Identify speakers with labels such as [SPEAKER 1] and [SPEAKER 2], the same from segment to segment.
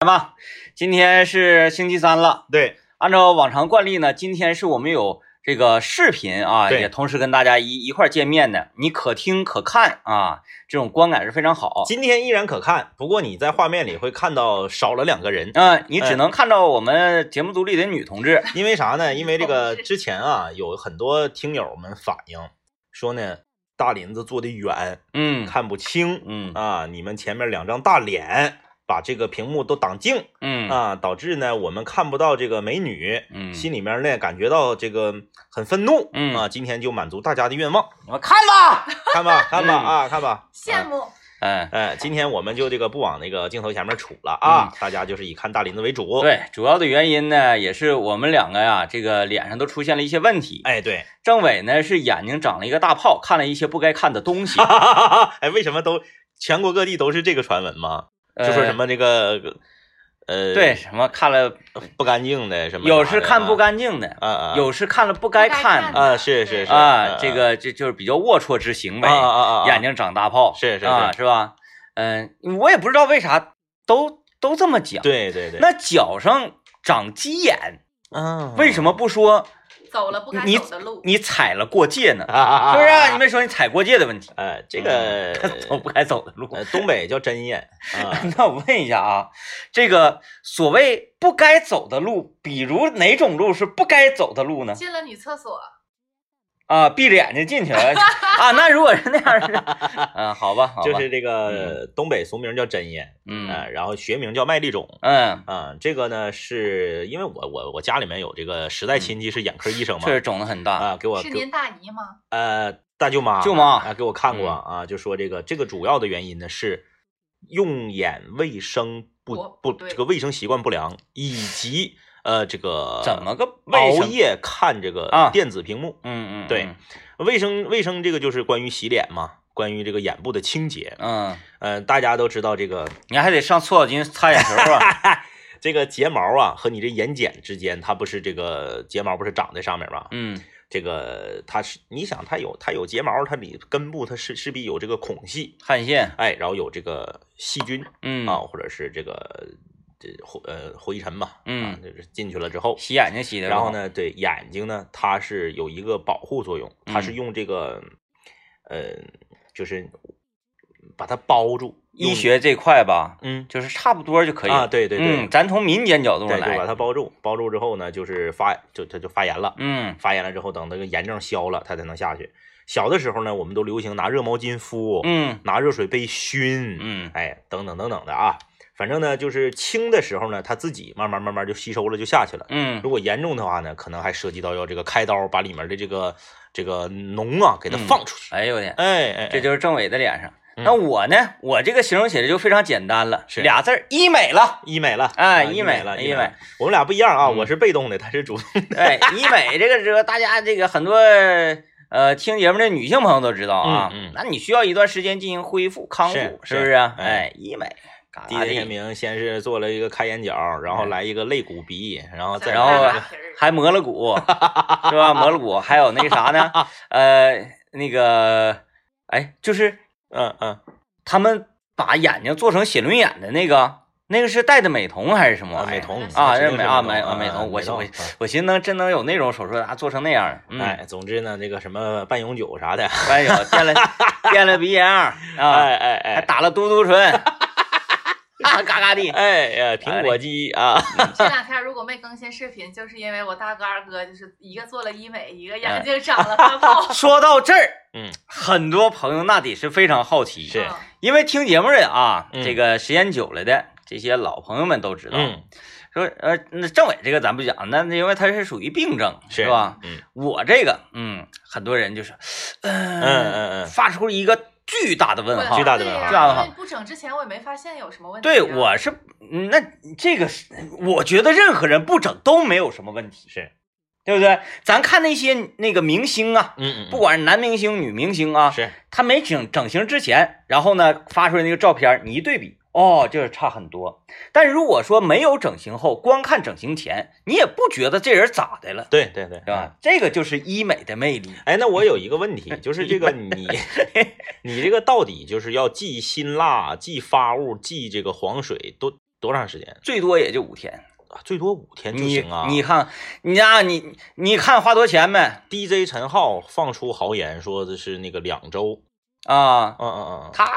[SPEAKER 1] 来吧，今天是星期三了。
[SPEAKER 2] 对，
[SPEAKER 1] 按照往常惯例呢，今天是我们有这个视频啊，
[SPEAKER 2] 对
[SPEAKER 1] 也同时跟大家一一块儿见面的。你可听可看啊，这种观感是非常好。
[SPEAKER 2] 今天依然可看，不过你在画面里会看到少了两个人，
[SPEAKER 1] 嗯、你只能看到我们节目组里的女同 志。
[SPEAKER 2] 因为啥 呢？因为这
[SPEAKER 1] 哦
[SPEAKER 2] 个之前啊，有很多听友们反映说呢，大林子坐得远，
[SPEAKER 1] 嗯
[SPEAKER 2] 看不清
[SPEAKER 1] 嗯
[SPEAKER 2] 啊，你们前面两张大脸把这个屏幕都挡净
[SPEAKER 1] 嗯
[SPEAKER 2] 啊，导致呢我们看不到这个美女，
[SPEAKER 1] 嗯，
[SPEAKER 2] 心里面呢感觉到这个很愤怒
[SPEAKER 1] 嗯
[SPEAKER 2] 啊。今天就满足大家的愿望，
[SPEAKER 1] 我看吧。
[SPEAKER 2] 看吧，看吧
[SPEAKER 1] 嗯
[SPEAKER 2] 啊，看吧，
[SPEAKER 3] 羡慕。
[SPEAKER 1] 嗯，
[SPEAKER 2] 哎，今天我们就这个不往那个镜头前面杵了啊，大家就是以看大林子为主。，
[SPEAKER 1] 嗯对，主要的原因呢，也是我们两个呀，这个脸上都出现了一些问题。
[SPEAKER 2] 哎，对，。
[SPEAKER 1] 政委呢是眼睛长了一个大泡，看了一些不该看的东西
[SPEAKER 2] 哈哈哈哈！哎，为什么都全国各地都是这个传闻吗？就说
[SPEAKER 1] 呃
[SPEAKER 2] 什么这个呃，
[SPEAKER 1] 对，什么看了，
[SPEAKER 2] 不干净的什么啥的啊，
[SPEAKER 1] 有是看不干净的，
[SPEAKER 2] 啊啊，
[SPEAKER 1] 有时看了不该看
[SPEAKER 3] 不该看
[SPEAKER 1] 的
[SPEAKER 2] 啊，是是
[SPEAKER 3] 对
[SPEAKER 2] 是嗯
[SPEAKER 1] 啊，这个这就是比较龌龊之行
[SPEAKER 2] 啊
[SPEAKER 1] 呗，
[SPEAKER 2] 啊啊啊，
[SPEAKER 1] 眼睛长大泡
[SPEAKER 2] 是是是
[SPEAKER 1] 啊，是吧？嗯，我也不知道为啥都都这么讲。，
[SPEAKER 2] 对对对，
[SPEAKER 1] 那脚上长鸡眼，
[SPEAKER 2] 嗯，
[SPEAKER 1] 为什么不说
[SPEAKER 3] 走了不该
[SPEAKER 1] 你
[SPEAKER 3] 走的路。
[SPEAKER 1] 你踩了过界呢？
[SPEAKER 2] 啊？
[SPEAKER 1] 是不是啊？你嗯
[SPEAKER 2] 们
[SPEAKER 1] 没说你踩过界的问题，
[SPEAKER 2] 呃，这个
[SPEAKER 1] 走不该走的路。
[SPEAKER 2] 呃东北叫 针眼啊
[SPEAKER 1] 那我问一下啊，这个所谓不该走的路，比如哪种路是不该走的路呢？
[SPEAKER 3] 进了女厕所，
[SPEAKER 1] 啊，闭着眼睛进去了啊。那如果是那样的，啊，好吧，好吧，
[SPEAKER 2] 就是这个东北俗名叫针眼啊，
[SPEAKER 1] 嗯
[SPEAKER 2] 然后学名叫麦粒肿。
[SPEAKER 1] 嗯，
[SPEAKER 2] 啊，这个呢，是因为我我我家里面有这个
[SPEAKER 1] 嗯
[SPEAKER 2] 时代亲戚是眼科医生嘛
[SPEAKER 1] 确，实肿得很大。
[SPEAKER 2] 啊，给我
[SPEAKER 3] 是
[SPEAKER 2] 给我
[SPEAKER 3] 您大姨吗？
[SPEAKER 2] 呃，大舅妈，
[SPEAKER 1] 舅妈
[SPEAKER 2] 啊，给我看过
[SPEAKER 1] 嗯
[SPEAKER 2] 啊，就说这个这个主要的原因呢是用眼卫生不
[SPEAKER 3] 我
[SPEAKER 2] 不，
[SPEAKER 3] 对
[SPEAKER 2] 这个卫生习惯不良，以及呃这个
[SPEAKER 1] 怎么个
[SPEAKER 2] 熬
[SPEAKER 1] 卫生？
[SPEAKER 2] 夜看这
[SPEAKER 1] 啊
[SPEAKER 2] 个电子屏幕，
[SPEAKER 1] 嗯嗯，
[SPEAKER 2] 对卫生卫生这个就是关于洗脸嘛，关于这个眼部的清洁，
[SPEAKER 1] 嗯，嗯，
[SPEAKER 2] 呃，大家都知道这个
[SPEAKER 1] 你还得上搓澡巾擦眼球啊。
[SPEAKER 2] 这个睫毛啊和你这眼睑之间，它不是这个睫毛不是长在上面吗？
[SPEAKER 1] 嗯
[SPEAKER 2] 这个它是你想它有它有睫毛，它里根部它是势必有这个孔隙。
[SPEAKER 1] 汗腺，
[SPEAKER 2] 哎，然后有这个细菌
[SPEAKER 1] 嗯
[SPEAKER 2] 啊，或者是这个这灰呃灰尘吧，啊
[SPEAKER 1] 嗯，
[SPEAKER 2] 就是进去了之后，
[SPEAKER 1] 洗眼睛洗的。
[SPEAKER 2] 然后？呢，对眼睛呢，它是有一个保护作用，它是
[SPEAKER 1] 嗯
[SPEAKER 2] 用这个呃，就是把它包住，
[SPEAKER 1] 医
[SPEAKER 2] 用
[SPEAKER 1] 学这块吧，
[SPEAKER 2] 嗯
[SPEAKER 1] 就是差不多就可以
[SPEAKER 2] 啊，
[SPEAKER 1] 了。
[SPEAKER 2] 对对对
[SPEAKER 1] 嗯，，咱从民间角度
[SPEAKER 2] 对，
[SPEAKER 1] 上
[SPEAKER 2] 就把
[SPEAKER 1] 来。
[SPEAKER 2] 它包住，包住之后呢，就是发就它就发炎了，
[SPEAKER 1] 嗯
[SPEAKER 2] 发炎了之后，等那个炎症消了，它才能下去。小的时候呢，我们都流行拿热毛巾敷，
[SPEAKER 1] 嗯
[SPEAKER 2] 拿热水杯熏，
[SPEAKER 1] 嗯
[SPEAKER 2] 哎，等等等等的啊。反正呢，就是轻的时候呢，它自己慢慢慢慢就吸收了，就下去了。
[SPEAKER 1] 嗯
[SPEAKER 2] 如果严重的话呢，可能还涉及到要这个开刀把里面的这个这个脓啊给它
[SPEAKER 1] 嗯
[SPEAKER 2] 放出去。
[SPEAKER 1] 哎呦我天，
[SPEAKER 2] 哎哎，
[SPEAKER 1] 这就是政委的脸上。
[SPEAKER 2] 嗯
[SPEAKER 1] 那我呢？我这个形容起来就非常简单了，
[SPEAKER 2] 是
[SPEAKER 1] 俩字儿医美了。
[SPEAKER 2] 医美了，啊
[SPEAKER 1] 哎医
[SPEAKER 2] 医
[SPEAKER 1] 美
[SPEAKER 2] 了，
[SPEAKER 1] 医
[SPEAKER 2] 医
[SPEAKER 1] 美
[SPEAKER 2] 了。我们俩不一样啊，
[SPEAKER 1] 嗯
[SPEAKER 2] 我是被动的，他是主动的。
[SPEAKER 1] 哎，医美这个这个，大家这个很多呃听节目的女性朋友都知道啊，
[SPEAKER 2] 嗯嗯
[SPEAKER 1] 那你需要一段时间进行恢复康复，
[SPEAKER 2] 是
[SPEAKER 1] 不是啊？
[SPEAKER 2] 是
[SPEAKER 1] 哎，医美，嘎
[SPEAKER 2] 第
[SPEAKER 1] 嘎
[SPEAKER 2] 一天
[SPEAKER 1] 地，
[SPEAKER 2] 明先是做了一个开眼角，然后
[SPEAKER 1] 哎
[SPEAKER 2] 来一个肋骨鼻，哦然后再
[SPEAKER 1] 然后
[SPEAKER 2] 来
[SPEAKER 3] 再
[SPEAKER 2] 一
[SPEAKER 3] 拉
[SPEAKER 2] 个
[SPEAKER 3] 皮儿
[SPEAKER 1] 还磨了 骨，是吧？磨了骨，还有那个啥呢？呃，那个，哎，就是
[SPEAKER 2] 嗯嗯，
[SPEAKER 1] 他们把眼睛做成写轮眼的那个，那个是戴的美瞳还是什么
[SPEAKER 2] 啊
[SPEAKER 1] 玩意
[SPEAKER 2] 美
[SPEAKER 1] 儿？
[SPEAKER 2] 瞳
[SPEAKER 1] 啊，
[SPEAKER 2] 肯定
[SPEAKER 1] 这
[SPEAKER 2] 是
[SPEAKER 1] 美啊
[SPEAKER 2] 美
[SPEAKER 1] 美啊美
[SPEAKER 2] 瞳
[SPEAKER 1] 瞳，，我
[SPEAKER 2] 啊
[SPEAKER 1] 寻我
[SPEAKER 2] 美瞳啊
[SPEAKER 1] 我寻思能真能有那种手术啊，做成那样儿，嗯、
[SPEAKER 2] 哎，总之呢，那个什么半永久啥的，
[SPEAKER 1] 哎呦，垫了垫了鼻梁儿啊，
[SPEAKER 2] 哎哎
[SPEAKER 1] 还
[SPEAKER 2] 哎，
[SPEAKER 1] 打了嘟嘟 唇，啊，嘎嘎的。
[SPEAKER 2] 哎呀，苹果肌啊，
[SPEAKER 3] 这两天如果没更新视频，就是因为我大哥二哥就是一个做了医美，一个眼睛长了大泡。
[SPEAKER 1] 说到这儿，
[SPEAKER 2] 嗯，
[SPEAKER 1] 很多朋友那得 是非常好奇，
[SPEAKER 2] 是
[SPEAKER 3] 嗯
[SPEAKER 1] 因为听节目的啊，
[SPEAKER 2] 嗯
[SPEAKER 1] 这个时间久了的这些老朋友们都知道，
[SPEAKER 2] 嗯，
[SPEAKER 1] 说呃，那政委这个咱不讲，那那因为他是属于病症，
[SPEAKER 2] 是
[SPEAKER 1] 吧？？
[SPEAKER 2] 嗯
[SPEAKER 1] 我这个，嗯，很多人就是，嗯
[SPEAKER 2] 嗯嗯嗯
[SPEAKER 1] 发出一个巨大的问号，
[SPEAKER 2] 巨大的
[SPEAKER 3] 对
[SPEAKER 2] 问
[SPEAKER 3] 呀
[SPEAKER 2] 号
[SPEAKER 1] 巨大的问号
[SPEAKER 3] 因为不整之前我也没发现有什么问题啊。
[SPEAKER 1] 对，我是，嗯那这个是，我觉得任何人不整都没有什么问题，
[SPEAKER 2] 是，
[SPEAKER 1] 对不对？咱看那些那个明星啊，
[SPEAKER 2] 嗯嗯，
[SPEAKER 1] 不管是男明星、女明星啊，
[SPEAKER 2] 是，
[SPEAKER 1] 他没整整形之前，然后呢发出来那个照片，你一对比，哦，就是差很多。但如果说没有整形后，光看整形前，你也不觉得这人咋的了，
[SPEAKER 2] 对对对，
[SPEAKER 1] 对吧？？这个就是医美的魅力。
[SPEAKER 2] 哎，那我有一个问 题，就是这个你，你这个到底就是要忌辛辣、忌发物、忌这个黄水，都多长时间？
[SPEAKER 1] 最多也就五天。
[SPEAKER 2] 啊最多五天就
[SPEAKER 1] 你
[SPEAKER 2] 行啊。
[SPEAKER 1] 你看，你那、你你看花多少钱没？
[SPEAKER 2] DJ 陈浩放出豪言说这是那个两周，
[SPEAKER 1] 啊，
[SPEAKER 2] 嗯嗯嗯，
[SPEAKER 1] 他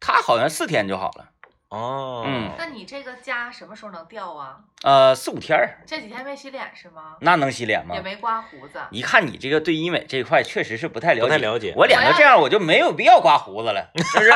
[SPEAKER 1] 他好像四天就好了，
[SPEAKER 2] 哦，
[SPEAKER 1] 嗯
[SPEAKER 3] 那你这个痂什么时候能掉啊？
[SPEAKER 1] 呃，四五天儿，
[SPEAKER 3] 这几天没洗脸是吗？
[SPEAKER 1] 那能洗脸吗
[SPEAKER 3] 也？没刮胡子。
[SPEAKER 1] 一看你这个对医美这一块确实是不太了解，
[SPEAKER 2] 不太了解
[SPEAKER 1] 我脸都这样，我就没有必要刮胡子 了，是不是？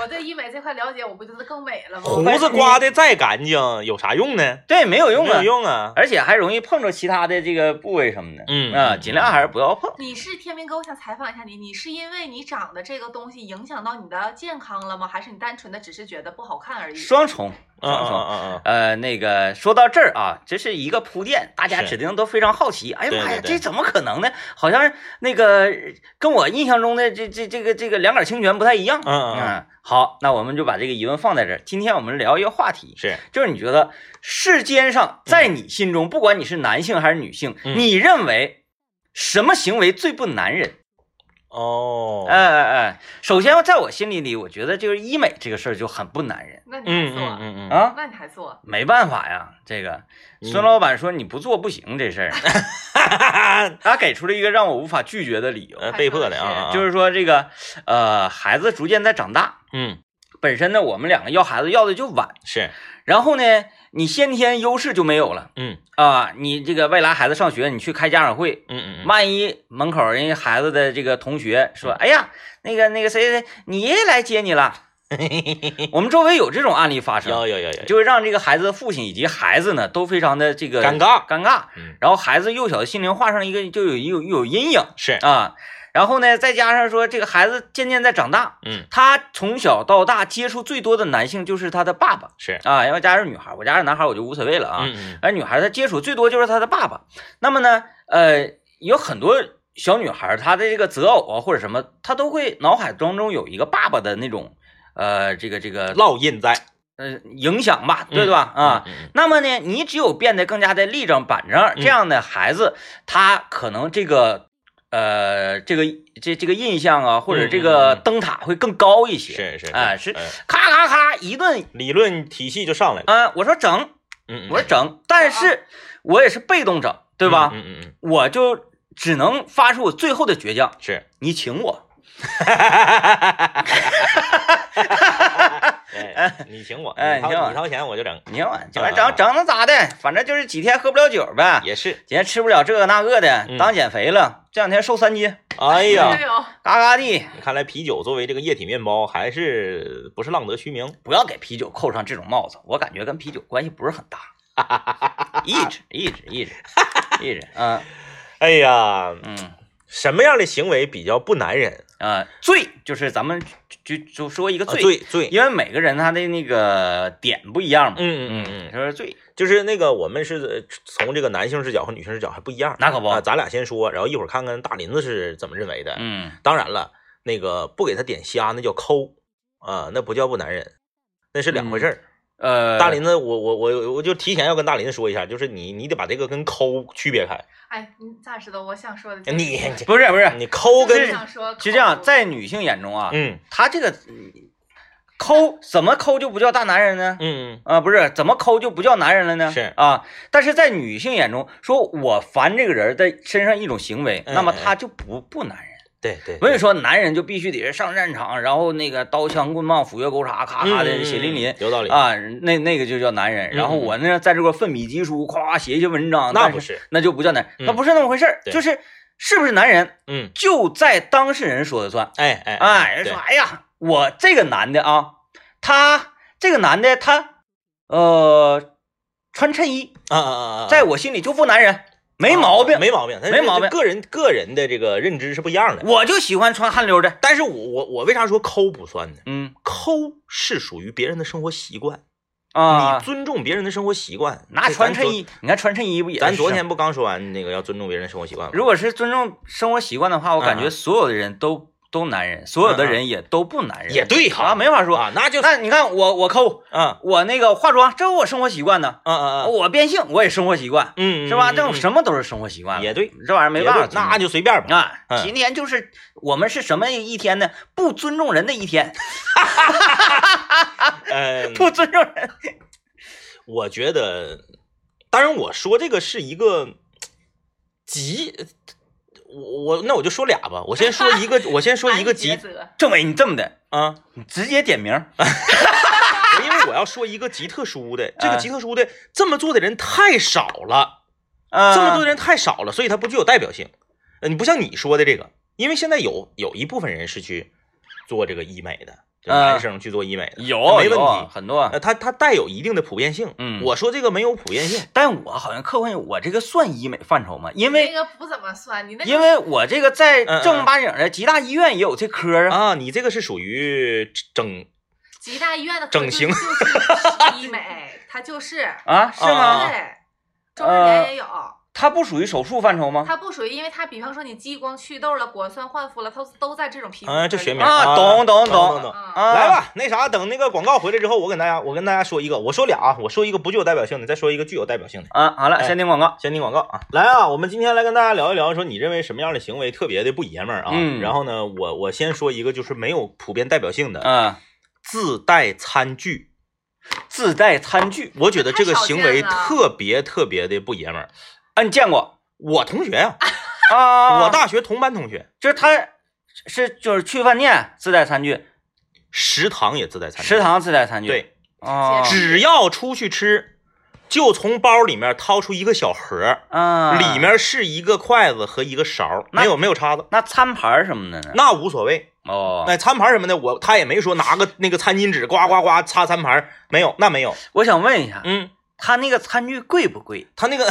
[SPEAKER 3] 我对医美这块了解，我不就是更美了吗？
[SPEAKER 2] 胡子刮的再干净有啥用呢？
[SPEAKER 1] 对，没有用
[SPEAKER 2] 没有
[SPEAKER 1] 啊，
[SPEAKER 2] 用啊。
[SPEAKER 1] 而且还容易碰着其他的这个部位什么的，
[SPEAKER 2] 嗯
[SPEAKER 1] 啊，
[SPEAKER 2] 嗯
[SPEAKER 1] 尽量还是不要碰。
[SPEAKER 3] 你是天明哥，我想采访一下你，你是因为你长的这个东西影响到你的健康了吗？还是你单纯的只是觉得不好看而已？
[SPEAKER 1] 双重，
[SPEAKER 2] 嗯
[SPEAKER 1] 双
[SPEAKER 2] 嗯
[SPEAKER 1] 重。
[SPEAKER 2] 嗯嗯
[SPEAKER 1] 呃，那个说到这儿啊，这是一个铺垫，大家
[SPEAKER 2] 是
[SPEAKER 1] 指定都非常好奇。哎呀
[SPEAKER 2] 对
[SPEAKER 1] 妈呀，
[SPEAKER 2] 对对
[SPEAKER 1] 这怎么可能呢？好像那个跟我印象中的这这这个这个两杆清泉不太一样。
[SPEAKER 2] 嗯嗯嗯
[SPEAKER 1] 好，那我们就把这个疑问放在这儿。今天我们聊一个话题，
[SPEAKER 2] 是
[SPEAKER 1] 就是你觉得世间上，在你心中，不管你是男性还是女性，
[SPEAKER 2] 嗯
[SPEAKER 1] 你认为什么行为最不男人？
[SPEAKER 2] 哦，
[SPEAKER 1] 哎哎哎，首先在我心里里，我觉得就是医美这个事儿就很不男人
[SPEAKER 3] 那你还
[SPEAKER 2] 嗯
[SPEAKER 3] 做？
[SPEAKER 2] 嗯嗯嗯
[SPEAKER 1] 啊。
[SPEAKER 3] 那你还做？
[SPEAKER 1] 没办法呀，这个
[SPEAKER 2] 嗯
[SPEAKER 1] 孙老板说你不做不行这事儿，他给出了一个让我无法拒绝的理由，
[SPEAKER 2] 呃，被迫的啊，啊
[SPEAKER 1] 就是说这个呃孩子逐渐在长大，
[SPEAKER 2] 嗯
[SPEAKER 1] 本身呢我们两个要孩子要的就晚，
[SPEAKER 2] 是
[SPEAKER 1] 然后呢你先天优势就没有了
[SPEAKER 2] 嗯
[SPEAKER 1] 啊，你这个未来孩子上学你去开家长会，
[SPEAKER 2] 嗯嗯嗯
[SPEAKER 1] 万一门口人家孩子的这个同学说，哎呀那个那个谁谁谁你爷爷来接你 了，我们周围有这种案例发生，
[SPEAKER 2] 有有有有，
[SPEAKER 1] 就会让这个孩子的父亲以及孩子呢都非常的这个
[SPEAKER 2] 尴尬
[SPEAKER 1] 尴尬
[SPEAKER 2] 嗯，
[SPEAKER 1] 然后孩子幼小的心灵画上一个就有有有阴影
[SPEAKER 2] 是
[SPEAKER 1] 啊，然后呢再加上说这个孩子渐渐在长大，
[SPEAKER 2] 嗯
[SPEAKER 1] 他从小到大接触最多的男性就是他的爸爸
[SPEAKER 2] 是
[SPEAKER 1] 啊，要加上女孩，我家是男孩我就无所谓了啊，
[SPEAKER 2] 嗯嗯
[SPEAKER 1] 而女孩她接触最多就是她的爸爸。那么呢，呃，有很多小女孩她的这个择偶啊或者什么，她都会脑海当中有一个爸爸的那种呃这个这个
[SPEAKER 2] 烙印在
[SPEAKER 1] 呃影响吧，
[SPEAKER 2] 嗯
[SPEAKER 1] 对吧？啊，，
[SPEAKER 2] 嗯嗯
[SPEAKER 1] 那么呢，你只有变得更加的立正板正，这
[SPEAKER 2] 嗯
[SPEAKER 1] 样的孩子，他可能这个呃这个这这个印象啊，或者
[SPEAKER 2] 嗯
[SPEAKER 1] 这个
[SPEAKER 2] 嗯嗯
[SPEAKER 1] 灯塔会更高一
[SPEAKER 2] 嗯
[SPEAKER 1] 些。
[SPEAKER 2] 是是
[SPEAKER 1] 哎是
[SPEAKER 2] 嗯
[SPEAKER 1] 咔咔咔一顿
[SPEAKER 2] 理论体系就上来了，
[SPEAKER 1] 啊、我说整，
[SPEAKER 2] 嗯嗯
[SPEAKER 1] 我说整，但是我也是被动整，对吧？
[SPEAKER 2] 嗯嗯嗯嗯
[SPEAKER 1] 我就只能发出我最后的倔强，
[SPEAKER 2] 是，
[SPEAKER 1] 你请我。
[SPEAKER 2] 哎你请我，
[SPEAKER 1] 哎
[SPEAKER 2] 你掏
[SPEAKER 1] 你请我
[SPEAKER 2] 你掏钱我就整，
[SPEAKER 1] 你看，这玩意
[SPEAKER 2] 啊
[SPEAKER 1] 整整能咋的？反正就是几天喝不了酒呗，
[SPEAKER 2] 也是，
[SPEAKER 1] 几天吃不了这个那个的，
[SPEAKER 2] 嗯
[SPEAKER 1] 当减肥了，这两天瘦三斤，
[SPEAKER 2] 哎 呀
[SPEAKER 3] 对。哦，
[SPEAKER 1] 嘎嘎地。
[SPEAKER 2] 看来啤酒作为这个液体面包，还是不是浪得虚名？
[SPEAKER 1] 不要给啤酒扣上这种帽子，我感觉跟啤酒关系不是很 大。一直一直一直一直，嗯
[SPEAKER 2] 哎呀，
[SPEAKER 1] 嗯
[SPEAKER 2] 什么样的行为比较不男人？
[SPEAKER 1] 啊，醉就是咱们就就就说一个
[SPEAKER 2] 啊
[SPEAKER 1] 醉，
[SPEAKER 2] 醉醉，
[SPEAKER 1] 因为每个人他的那个点不一样嘛。
[SPEAKER 2] 嗯嗯嗯嗯，
[SPEAKER 1] 说醉，
[SPEAKER 2] 就是那个我们是呃从这个男性视角和女性视角还不一样。
[SPEAKER 1] 那可不
[SPEAKER 2] 啊，咱俩先说，然后一会儿看看大林子是怎么认为的。
[SPEAKER 1] 嗯，
[SPEAKER 2] 当然了，那个不给他点瞎，那叫抠啊，那不叫不男人，那是两回事儿。
[SPEAKER 1] 呃，
[SPEAKER 2] 大林子，我我我我就提前要跟大林说一下，就是你你得把这个跟抠区 别开。
[SPEAKER 3] 哎，你咋知道我想说的就是？
[SPEAKER 2] 你
[SPEAKER 1] 不是不是，
[SPEAKER 2] 你抠
[SPEAKER 3] 就是
[SPEAKER 2] 跟
[SPEAKER 3] 想说口
[SPEAKER 1] 是这样，
[SPEAKER 3] 误
[SPEAKER 1] 在女性眼中啊，
[SPEAKER 2] 嗯
[SPEAKER 1] 他这个嗯抠怎么抠就不叫大男人呢？
[SPEAKER 2] 嗯
[SPEAKER 1] 啊，不是，怎么抠就不叫男人了呢？
[SPEAKER 2] 是
[SPEAKER 1] 啊，但是在女性眼中，说我烦这个人的身上一种行为，
[SPEAKER 2] 嗯
[SPEAKER 1] 那么他就不不男人。
[SPEAKER 2] 对对，
[SPEAKER 1] 所以说，男人就必须得是上战场，然后那个刀枪棍棒、斧钺钩叉，
[SPEAKER 2] 嗯
[SPEAKER 1] 咔咔的啊血淋淋。
[SPEAKER 2] 有道理。
[SPEAKER 1] 啊，那那个就叫男人。
[SPEAKER 2] 嗯
[SPEAKER 1] 然后我呢，在这块奋笔疾书，夸写一些文章，
[SPEAKER 2] 那
[SPEAKER 1] 但
[SPEAKER 2] 不
[SPEAKER 1] 是，
[SPEAKER 2] 是，
[SPEAKER 1] 那就不叫男人，
[SPEAKER 2] 嗯
[SPEAKER 1] 那不是那么回事儿。
[SPEAKER 2] 对
[SPEAKER 1] 就是是不是男人，
[SPEAKER 2] 嗯，
[SPEAKER 1] 就在当事人说了算。
[SPEAKER 2] 哎哎
[SPEAKER 1] 哎，人说，哎呀，我这个男的啊，他这个男的他，呃，穿衬衣，
[SPEAKER 2] 啊啊啊啊，
[SPEAKER 1] 在我心里就不男人，没毛病。
[SPEAKER 2] 没毛病，但是
[SPEAKER 1] 没毛病
[SPEAKER 2] 这个人个人的这个认知是不一样的。
[SPEAKER 1] 我就喜欢穿汗溜的。
[SPEAKER 2] 但是我我我为啥说抠不算呢？
[SPEAKER 1] 嗯
[SPEAKER 2] 抠是属于别人的生活习惯，
[SPEAKER 1] 啊
[SPEAKER 2] 你，尊重别人的生活习惯。
[SPEAKER 1] 拿
[SPEAKER 2] 这
[SPEAKER 1] 穿
[SPEAKER 2] 咱
[SPEAKER 1] 衬
[SPEAKER 2] 昨，
[SPEAKER 1] 衣，你看穿衬衣不也是
[SPEAKER 2] 咱昨
[SPEAKER 1] 生
[SPEAKER 2] 天不刚说完那个要尊重别人生活习惯吗？
[SPEAKER 1] 如果是尊重生活习惯的话，我感
[SPEAKER 2] 嗯
[SPEAKER 1] 觉
[SPEAKER 2] 嗯
[SPEAKER 1] 所有的人都都男人，所有的人也都不男人。
[SPEAKER 2] 也对哈
[SPEAKER 1] 啊，没法说。
[SPEAKER 2] 啊，那就
[SPEAKER 1] 那你看我我抠，
[SPEAKER 2] 啊
[SPEAKER 1] 我那个化妆，这是我生活习惯呢。
[SPEAKER 2] 啊啊啊，
[SPEAKER 1] 我变性我也生活习惯，
[SPEAKER 2] 嗯，
[SPEAKER 1] 是吧？这种
[SPEAKER 2] 么
[SPEAKER 1] 什么都是生活习惯了。
[SPEAKER 2] 也对，
[SPEAKER 1] 这玩意儿没
[SPEAKER 2] 也
[SPEAKER 1] 办法
[SPEAKER 2] 对
[SPEAKER 1] 尊重，
[SPEAKER 2] 那就随便吧。
[SPEAKER 1] 啊，
[SPEAKER 2] 嗯
[SPEAKER 1] 今天就是我们是什么一天呢？不 尊重人的一天，
[SPEAKER 2] 嗯，
[SPEAKER 1] 不尊重人。
[SPEAKER 2] 我觉得，当然我说这个是一个极，我我那我就说俩吧，我先说一个，我先说一个极
[SPEAKER 3] 难以抉择
[SPEAKER 1] 政委，你这么的，
[SPEAKER 2] 啊，
[SPEAKER 1] 你直接点名儿，
[SPEAKER 2] 我因为我要说一个极特 殊的，这个极特殊的这么做的人太少了，
[SPEAKER 1] 啊
[SPEAKER 2] 这么多的人太少了，所以它不具有代表性。呃，你不像你说的这个，因为现在有有一部分人是去做这个医美的，就
[SPEAKER 1] 啊
[SPEAKER 2] 男生去做医美的，
[SPEAKER 1] 有
[SPEAKER 2] 没
[SPEAKER 1] 有
[SPEAKER 2] 问题。
[SPEAKER 1] 很多
[SPEAKER 2] 呃，，它它带有一定的普遍性。
[SPEAKER 1] 嗯
[SPEAKER 2] 我说这个没有普遍性。
[SPEAKER 1] 但我好像客观，我这个算医美范畴吗？因
[SPEAKER 3] 那
[SPEAKER 1] 为
[SPEAKER 3] 个不怎么算，你那
[SPEAKER 1] 因
[SPEAKER 3] 个
[SPEAKER 1] 为我这个在
[SPEAKER 2] 嗯嗯
[SPEAKER 1] 正儿八经的吉大医院也有这科儿啊，
[SPEAKER 2] 啊，你这个是属于整
[SPEAKER 3] 吉大医院的
[SPEAKER 2] 整形
[SPEAKER 3] 科就是就是医美，它就是
[SPEAKER 1] 啊是吗？
[SPEAKER 3] 对，周日
[SPEAKER 2] 呃
[SPEAKER 3] 联也有。
[SPEAKER 1] 它不属于手术范畴吗？
[SPEAKER 3] 它不属于，因为它比方说你激光、祛痘了、果酸、焕肤了，它都在这种皮肤科里。
[SPEAKER 2] 啊，这学名
[SPEAKER 1] 啊懂懂
[SPEAKER 2] 懂
[SPEAKER 1] 懂
[SPEAKER 2] 懂懂。
[SPEAKER 3] 啊，
[SPEAKER 1] 啊，
[SPEAKER 2] 来，吧，那啥，等那个广告回来之后，我给大家，我跟大家说一个，我说俩啊，我说一个不具有代表性的，再说一个具有代表性的。
[SPEAKER 1] 啊，好了，
[SPEAKER 2] 哎
[SPEAKER 1] 先听广告，
[SPEAKER 2] 先听广告啊，来啊，我们今天来跟大家聊一聊，说你认为什么样的行为特别的不爷们儿啊？
[SPEAKER 1] 嗯
[SPEAKER 2] 然后呢，我我先说一个，就是没有普遍代表性的、
[SPEAKER 1] 啊，
[SPEAKER 2] 自带餐具，
[SPEAKER 1] 自带餐具，
[SPEAKER 2] 我觉得这个行为
[SPEAKER 3] 太少见了
[SPEAKER 2] 特别特别的不爷们儿。
[SPEAKER 1] 啊，你见过
[SPEAKER 2] 我同学呀、
[SPEAKER 1] 啊？
[SPEAKER 2] 我大学同班同学，
[SPEAKER 1] 就是他是就是去饭店自带餐具，
[SPEAKER 2] 食堂也自带餐具，
[SPEAKER 1] 食堂自带餐具，
[SPEAKER 2] 对，
[SPEAKER 1] 啊，
[SPEAKER 3] 是
[SPEAKER 2] 只要出去吃，就从包里面掏出一个小盒儿，
[SPEAKER 1] 啊，
[SPEAKER 2] 里面是一个筷子和一个勺儿，
[SPEAKER 1] 那
[SPEAKER 2] 没有没有叉子，
[SPEAKER 1] 那餐盘儿什么的呢？
[SPEAKER 2] 那无所谓。
[SPEAKER 1] 哦，
[SPEAKER 2] 嗯那餐盘什么的，我他也没说拿个那个餐巾纸呱呱呱擦餐盘，没有，那没有。
[SPEAKER 1] 我想问一下，
[SPEAKER 2] 嗯，
[SPEAKER 1] 他那个餐具贵不贵？
[SPEAKER 2] 他那个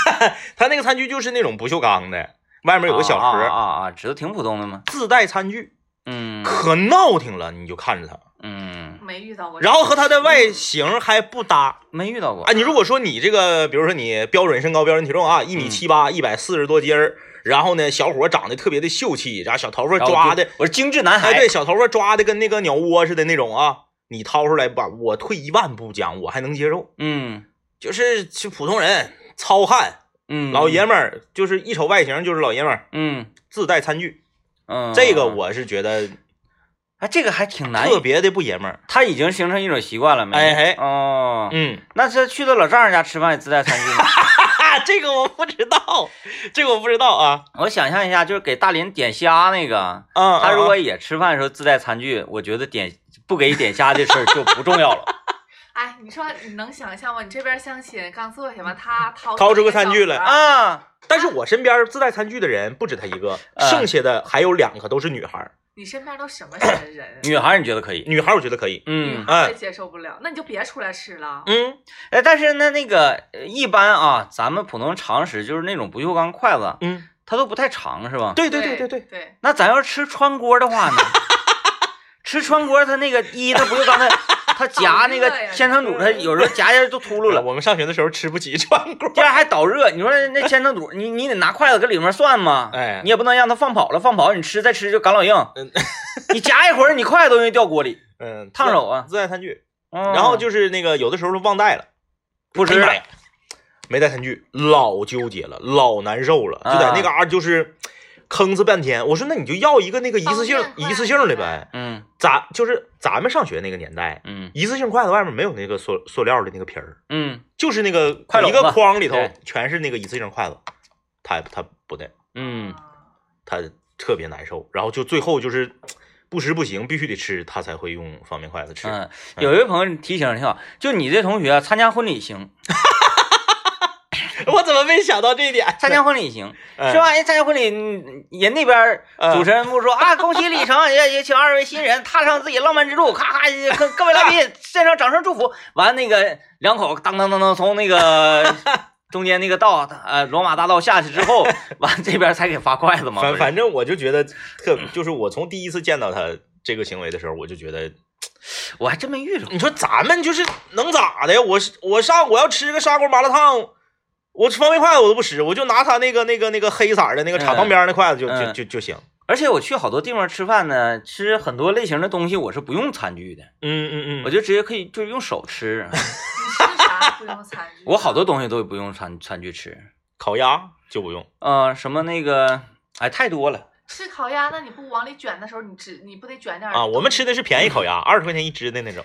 [SPEAKER 2] 他那个餐具就是那种不锈钢的，外面有个小
[SPEAKER 1] 啊啊
[SPEAKER 2] 盒，
[SPEAKER 1] 啊啊，知道挺普通的吗？
[SPEAKER 2] 自带餐具，
[SPEAKER 1] 嗯
[SPEAKER 2] 可闹挺了，你就看着他，
[SPEAKER 1] 嗯，
[SPEAKER 3] 没遇到过这
[SPEAKER 2] 然
[SPEAKER 3] 种。
[SPEAKER 2] 后和他的外形还不搭。
[SPEAKER 1] 没遇到过
[SPEAKER 2] 啊，你如果说你这个，比如说你标准身高、标准体重啊，一
[SPEAKER 1] 嗯
[SPEAKER 2] 米七八，一百四十多斤儿，然后呢，小伙长得特别的秀气，然后小头发
[SPEAKER 1] 然后
[SPEAKER 2] 抓
[SPEAKER 1] 就
[SPEAKER 2] 的，
[SPEAKER 1] 我是精致男孩，
[SPEAKER 2] 哎，对，小头发抓的跟那个鸟窝似的那种啊，你掏出来吧，我退一万步讲，我还能接受。
[SPEAKER 1] 嗯
[SPEAKER 2] 就是就普通人、糙汉、
[SPEAKER 1] 嗯，
[SPEAKER 2] 老爷们儿，就是一瞅外形就是老爷们儿，
[SPEAKER 1] 嗯
[SPEAKER 2] 自带餐具，
[SPEAKER 1] 嗯，
[SPEAKER 2] 这个我是觉得
[SPEAKER 1] 哎，这个还挺难，
[SPEAKER 2] 特别的不爷们儿。
[SPEAKER 1] 他已经形成一种习惯了没？
[SPEAKER 2] 哎嘿
[SPEAKER 1] 哦，
[SPEAKER 2] 嗯，
[SPEAKER 1] 那这去到老丈人家吃饭也自带餐具吗？
[SPEAKER 2] 哈哈，这个我不知道，这个我不知道啊。
[SPEAKER 1] 我想象一下，就是给大林点虾那个，
[SPEAKER 2] 嗯，
[SPEAKER 1] 他如
[SPEAKER 2] 啊
[SPEAKER 1] 果也吃饭的时候自带餐具，我觉得点不给点虾这事儿就不重要 了。
[SPEAKER 3] 哎，你说你能想象吗？你这边相亲刚坐下嘛，他
[SPEAKER 2] 嗯
[SPEAKER 3] 掏
[SPEAKER 2] 掏出
[SPEAKER 3] 一
[SPEAKER 2] 个
[SPEAKER 3] 个
[SPEAKER 2] 餐具来
[SPEAKER 3] 小盒儿，
[SPEAKER 1] 啊，
[SPEAKER 2] 但是我身边自带餐具的人不止他一个，
[SPEAKER 1] 啊
[SPEAKER 2] 剩下的还有两个都是女孩儿，
[SPEAKER 3] 你身边都什么人人？
[SPEAKER 1] 女孩儿你觉得可以？
[SPEAKER 2] 女孩儿我觉得可以。
[SPEAKER 1] 嗯，
[SPEAKER 3] 孩儿也接受不了，那你就别出来吃了。
[SPEAKER 2] 嗯
[SPEAKER 1] 哎，但是呢，那个呃一般啊，咱们普通常识就是那种不锈钢筷子，
[SPEAKER 2] 嗯，
[SPEAKER 1] 它都不太长，是吧？
[SPEAKER 2] 对对
[SPEAKER 3] 对
[SPEAKER 2] 对对
[SPEAKER 3] 对
[SPEAKER 2] 对，
[SPEAKER 1] 那咱要是吃川锅的 话呢？吃川锅，它那个一，它不锈钢的，它夹那
[SPEAKER 3] 好热
[SPEAKER 1] 个
[SPEAKER 3] 呀
[SPEAKER 1] 千层肚，它有时候夹一下就秃噜
[SPEAKER 2] 对了，
[SPEAKER 1] 了。
[SPEAKER 2] 我们上学的时候吃不起涮锅。
[SPEAKER 1] 第二还导热，你说那千层肚，你你得拿筷子搁里面涮吗？
[SPEAKER 2] 哎
[SPEAKER 1] 你也不能让它放跑了，放跑你吃再吃就干老硬
[SPEAKER 2] 嗯。
[SPEAKER 1] 你夹一会儿，你筷子都容易掉锅 里，
[SPEAKER 2] 嗯，
[SPEAKER 1] 烫手啊
[SPEAKER 2] 自带餐具。
[SPEAKER 1] 嗯
[SPEAKER 2] 然后就是那个有的时候忘带了。
[SPEAKER 1] 不
[SPEAKER 2] 哎
[SPEAKER 1] 吃
[SPEAKER 2] 呀妈呀，没带餐具，老纠结了，老难受了，就在那嘎、达就是吭哧半天。我说那你就要一个那个一次性
[SPEAKER 3] 方便筷
[SPEAKER 2] 一次性的呗，
[SPEAKER 1] 嗯
[SPEAKER 2] 咱就是咱们上学那个年代，
[SPEAKER 1] 嗯
[SPEAKER 2] 一次性筷子外面没有那个塑塑料的那个皮儿，
[SPEAKER 1] 嗯
[SPEAKER 2] 就是那个
[SPEAKER 1] 筷
[SPEAKER 2] 一
[SPEAKER 1] 笼子
[SPEAKER 2] 个筐里头
[SPEAKER 1] 对
[SPEAKER 2] 全是那个一次性筷子，他他不带，
[SPEAKER 1] 嗯，
[SPEAKER 3] 啊
[SPEAKER 2] 他特别难受，然后就最后就是不吃不行，必须得吃，他才会用方便筷子吃。
[SPEAKER 1] 嗯，有一位朋友提醒挺好，就你这同学啊参加婚礼行，
[SPEAKER 2] 我怎么没想到这一点？
[SPEAKER 1] 参加婚礼行，
[SPEAKER 2] 嗯
[SPEAKER 1] 是吧？人参加婚礼，嗯人那边
[SPEAKER 2] 嗯
[SPEAKER 1] 主持人 部说啊，恭喜李成，也也请二位新人踏上自己浪漫之路，咔咔，各各位来宾献上掌声祝福。完，那个两口当当当当从那 个中间那个道呃罗马大道下去之后，完这边才给发筷子嘛。
[SPEAKER 2] 反
[SPEAKER 1] 不是
[SPEAKER 2] 反正我就觉得特，就是我从第一次见到他这个行为的时候，我就觉得，
[SPEAKER 1] 我还真没遇着过，
[SPEAKER 2] 你说咱们就是能咋的呀？我是我上我要吃个砂锅麻辣烫，我吃方便筷子我都不吃，我就拿他那个那个那个黑色儿的那个插
[SPEAKER 1] 嗯
[SPEAKER 2] 旁边儿那筷子就、
[SPEAKER 1] 嗯
[SPEAKER 2] 就就就行。
[SPEAKER 1] 而且我去好多地方吃饭呢，吃很多类型的东西，我是不用餐具的，
[SPEAKER 2] 嗯嗯嗯，
[SPEAKER 1] 我就直接可以就是用手吃。
[SPEAKER 3] 你吃啥不用餐具？
[SPEAKER 1] 我
[SPEAKER 2] 啊
[SPEAKER 1] 好 多东西都不用餐餐具吃，
[SPEAKER 2] 烤鸭就不用，
[SPEAKER 1] 呃，什么那个，哎，太多了。
[SPEAKER 3] 吃烤鸭，那你不往里卷的
[SPEAKER 2] 啊
[SPEAKER 3] 时候，你只你不得卷点 儿嗯
[SPEAKER 2] 啊，我们吃的是便宜烤鸭，二十块钱一只的那种。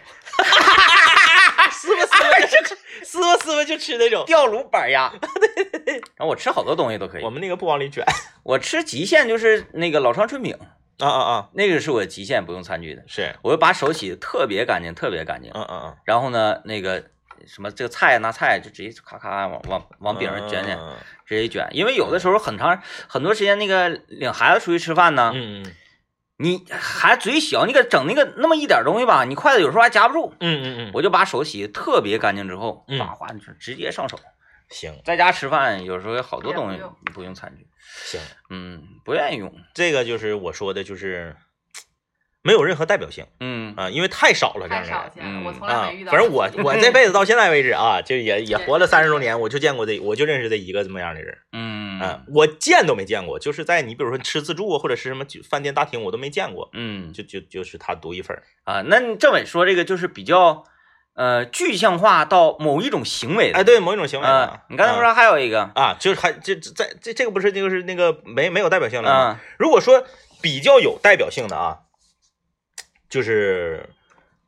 [SPEAKER 2] 撕吧撕吧就吃，撕吧撕吧就吃那 种。
[SPEAKER 1] 吊炉板 鸭。然后我吃好多东西都可以
[SPEAKER 2] 我，们那个不往里卷。
[SPEAKER 1] 我吃极限就是那个老肠春饼，
[SPEAKER 2] 啊啊啊！
[SPEAKER 1] 那个是我极限不用餐具的，
[SPEAKER 2] 是，
[SPEAKER 1] 我就把手洗的特别干净，特别干净。
[SPEAKER 2] 嗯嗯嗯，
[SPEAKER 1] 然后呢，那个什么这个菜拿菜就直接咔咔往往往饼上卷卷，
[SPEAKER 2] 嗯
[SPEAKER 1] 直接卷。因为有的时候很长很多时间，那个领孩子出去吃饭呢，
[SPEAKER 2] 嗯嗯
[SPEAKER 1] 你孩子嘴小，你给整那个那么一点东西吧，你筷子有时候还夹不住。
[SPEAKER 2] 嗯嗯嗯，
[SPEAKER 1] 我就把手洗得特别干净之后，
[SPEAKER 2] 嗯
[SPEAKER 1] 哗哗直接上手。
[SPEAKER 2] 行
[SPEAKER 1] 在家吃饭有时候有好
[SPEAKER 2] 哎
[SPEAKER 1] 多
[SPEAKER 3] 也不
[SPEAKER 1] 东西
[SPEAKER 3] 用
[SPEAKER 1] 不用餐具，
[SPEAKER 2] 行，
[SPEAKER 1] 嗯，不愿意用，
[SPEAKER 2] 这个就是我说的，就是没有任何代表性
[SPEAKER 1] 嗯
[SPEAKER 2] 啊，因为太少了这
[SPEAKER 3] 太
[SPEAKER 2] 样的
[SPEAKER 3] 少
[SPEAKER 2] 人。
[SPEAKER 3] 见了，我
[SPEAKER 1] 嗯
[SPEAKER 3] 从来
[SPEAKER 2] 啊
[SPEAKER 3] 没遇，到
[SPEAKER 2] 反
[SPEAKER 3] 过。
[SPEAKER 2] 正我我这辈子到现在为止啊，就也也活了三十多年，我就见过这，我就认识这一个这么样的人，嗯
[SPEAKER 1] 嗯，
[SPEAKER 2] 我见都没见过，就是在你比如说吃自助啊，或者是什么酒饭店大厅，我都没见过，
[SPEAKER 1] 嗯
[SPEAKER 2] 就就就是他独一份儿，
[SPEAKER 1] 啊，那你政委说这个就是比较呃具象化到某一种行为的，
[SPEAKER 2] 哎，对，某一种行为
[SPEAKER 1] 嗯
[SPEAKER 2] 啊，，
[SPEAKER 1] 你刚才不是还有一个，
[SPEAKER 2] 啊，就是还这这在这这个不是就是那个没没有代表性了吗？
[SPEAKER 1] 嗯
[SPEAKER 2] 如果说比较有代表性的啊，就是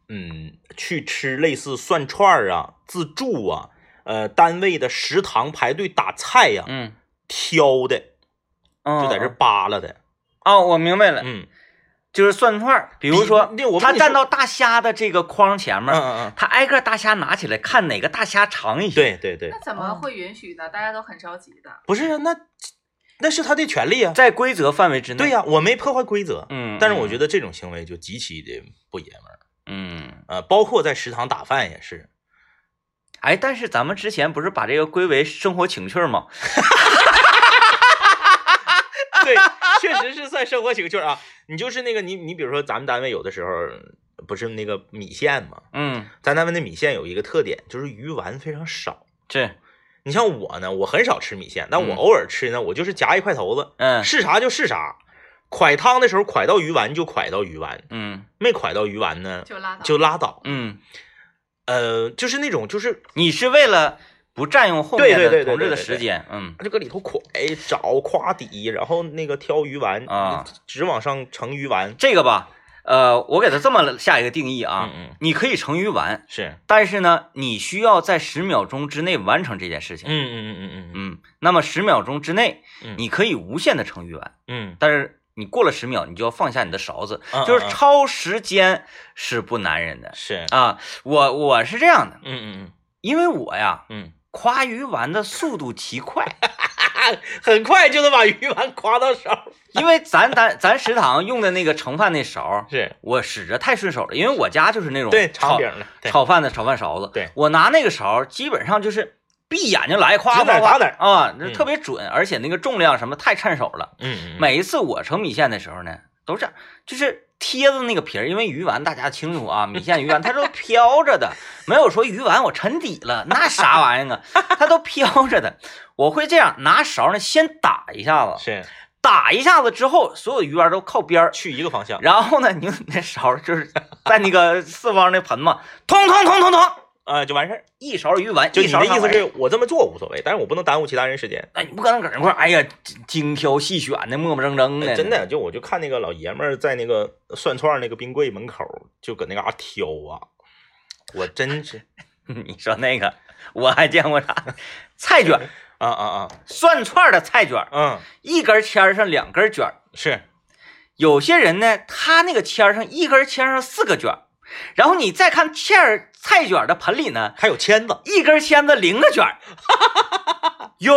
[SPEAKER 2] 嗯，去吃类似涮串儿啊、自助啊、呃单位的食堂排队打菜呀、
[SPEAKER 1] 嗯，
[SPEAKER 2] 挑的就
[SPEAKER 1] 就
[SPEAKER 2] 在这扒拉的，
[SPEAKER 1] 啊，我明白了，
[SPEAKER 2] 嗯
[SPEAKER 1] 就是涮串儿，比如
[SPEAKER 2] 比
[SPEAKER 1] 说
[SPEAKER 2] 那我
[SPEAKER 1] 他
[SPEAKER 2] 跟你
[SPEAKER 1] 站
[SPEAKER 2] 说
[SPEAKER 1] 到大虾的这个筐前
[SPEAKER 2] 嗯
[SPEAKER 1] 面，
[SPEAKER 2] 嗯嗯，
[SPEAKER 1] 他挨个大虾拿起来看哪个大虾长一些，，
[SPEAKER 2] 对对对
[SPEAKER 3] 那，怎么会允许呢？大家都很着急的。
[SPEAKER 2] 不是啊，那那是他的权利啊，
[SPEAKER 1] 在规则范围之内，
[SPEAKER 2] 对呀、我没破坏规则，
[SPEAKER 1] 嗯，
[SPEAKER 2] 但是我觉
[SPEAKER 1] 得，
[SPEAKER 2] 得这种行为就极其的不爷们儿，
[SPEAKER 1] 嗯，
[SPEAKER 2] 呃，包括在食堂打饭也是，
[SPEAKER 1] 哎，但是咱们之前不是把这个归为生活情趣儿吗？
[SPEAKER 2] 对，确实是算生活情趣儿啊。你就是那个你你比如说咱们单位有的时候不是那个米线嘛，
[SPEAKER 1] 嗯，
[SPEAKER 2] 咱单位的米线有一个特点就是鱼丸非常少。
[SPEAKER 1] 是，
[SPEAKER 2] 你像我呢，我很少吃米线，但我
[SPEAKER 1] 嗯
[SPEAKER 2] 偶尔吃呢，我就是夹一块头子，
[SPEAKER 1] 嗯
[SPEAKER 2] 是啥就是啥。蒯汤的时候蒯到鱼丸就蒯到鱼丸，
[SPEAKER 1] 嗯
[SPEAKER 2] 没蒯到鱼丸呢
[SPEAKER 3] 就拉倒。
[SPEAKER 2] 就拉倒。
[SPEAKER 1] 嗯，
[SPEAKER 2] 呃，就是那种就是
[SPEAKER 1] 你是为了不占用后
[SPEAKER 2] 对
[SPEAKER 1] 面
[SPEAKER 2] 对
[SPEAKER 1] 的
[SPEAKER 2] 对对
[SPEAKER 1] 同志
[SPEAKER 2] 对
[SPEAKER 1] 的
[SPEAKER 2] 对
[SPEAKER 1] 时
[SPEAKER 2] 对
[SPEAKER 1] 间，嗯
[SPEAKER 2] 这个里头蒯找夸底，然后那个挑鱼丸
[SPEAKER 1] 啊，
[SPEAKER 2] 直往上盛鱼丸。
[SPEAKER 1] 这个吧，呃，我给他这么下一个定义啊，
[SPEAKER 2] 嗯嗯
[SPEAKER 1] 你可以成鱼丸，
[SPEAKER 2] 是，
[SPEAKER 1] 但是呢，你需要在十秒钟之内完成这件事情。
[SPEAKER 2] 嗯嗯嗯嗯嗯
[SPEAKER 1] 嗯，那么十秒钟之内，
[SPEAKER 2] 嗯
[SPEAKER 1] 你可以无限的盛鱼丸，
[SPEAKER 2] 嗯，
[SPEAKER 1] 但是你过了十秒，你就要放下你的勺子，
[SPEAKER 2] 嗯
[SPEAKER 1] 就是
[SPEAKER 2] 嗯嗯
[SPEAKER 1] 超时间是不男人的
[SPEAKER 2] 是，
[SPEAKER 1] 啊。我我是这样的，
[SPEAKER 2] 嗯嗯
[SPEAKER 1] 因为我呀，
[SPEAKER 2] 嗯
[SPEAKER 1] 夸鱼丸的速度奇快，
[SPEAKER 2] 嗯，很快就能把鱼丸夸到手。
[SPEAKER 1] 因为咱咱咱食堂用的那个盛饭那勺，
[SPEAKER 2] 是
[SPEAKER 1] 我使着太顺手了，因为我家就是那种
[SPEAKER 2] 对
[SPEAKER 1] 炒
[SPEAKER 2] 长柄的，对，
[SPEAKER 1] 炒饭的炒饭勺子，
[SPEAKER 2] 对
[SPEAKER 1] 我拿那个勺基本上就是。闭眼睛来，夸
[SPEAKER 2] 指
[SPEAKER 1] 夸
[SPEAKER 2] 哪儿
[SPEAKER 1] 夸
[SPEAKER 2] 打哪儿
[SPEAKER 1] 啊，那
[SPEAKER 2] 嗯
[SPEAKER 1] 特别准，而且那个重量什么太趁手了。
[SPEAKER 2] 嗯嗯，
[SPEAKER 1] 每一次我盛米线的时候呢，都这样，就是贴着那个皮儿，因为鱼丸大家清楚啊，米线鱼丸它都飘着的，没有说鱼丸我沉底了，那啥玩意儿啊，它都飘着的。我会这样拿勺呢，先打一下子，
[SPEAKER 2] 是
[SPEAKER 1] 打一下子之后，所有鱼丸都靠边儿，
[SPEAKER 2] 去一个方向。
[SPEAKER 1] 然后呢，你用那勺就是在那个四方的盆嘛，通通通通通，
[SPEAKER 2] 啊，就完事儿。
[SPEAKER 1] 一勺鱼丸，
[SPEAKER 2] 就
[SPEAKER 1] 一
[SPEAKER 2] 你
[SPEAKER 1] 勺
[SPEAKER 2] 的意
[SPEAKER 1] 上
[SPEAKER 2] 思
[SPEAKER 1] 来
[SPEAKER 2] 是我这么做无所谓，但是我不能耽误其他人时间。
[SPEAKER 1] 哎，你不可能搁那块儿，哎呀，精挑细选的，磨磨蹭蹭的，
[SPEAKER 2] 哎真的，就我就看那个老爷们儿在那个涮串儿那个冰柜门口，就搁那嘎达挑啊，我真是
[SPEAKER 1] 你说那个，我还见过啥？菜卷儿，
[SPEAKER 2] 啊啊啊，
[SPEAKER 1] 涮串儿的菜卷儿，
[SPEAKER 2] 嗯，
[SPEAKER 1] 一根签儿上两根卷儿。
[SPEAKER 2] 是，
[SPEAKER 1] 有些人呢，他那个签儿上一根签儿上四个卷儿，然后你再看馅儿菜卷儿的盆里呢，
[SPEAKER 2] 还有签子。
[SPEAKER 1] 一根签子零个卷儿。 有，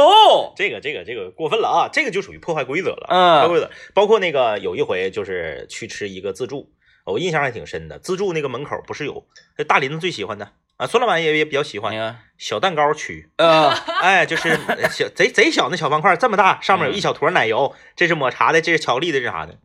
[SPEAKER 2] 这个这个这个过分了啊！这个就属于破坏规则了，
[SPEAKER 1] 嗯
[SPEAKER 2] 破坏规则。包括那个有一回就是去吃一个自助，我印象还挺深的。自助那个门口不是有这大林子最喜欢的啊，孙老板也也比较喜
[SPEAKER 1] 那
[SPEAKER 2] 欢
[SPEAKER 1] 个，
[SPEAKER 2] 小蛋糕区，
[SPEAKER 1] 呃，
[SPEAKER 2] 哎，就是小贼贼小那小方块这么大，上面有一小坨奶油，这是抹茶的，这是巧克力的，这是啥的。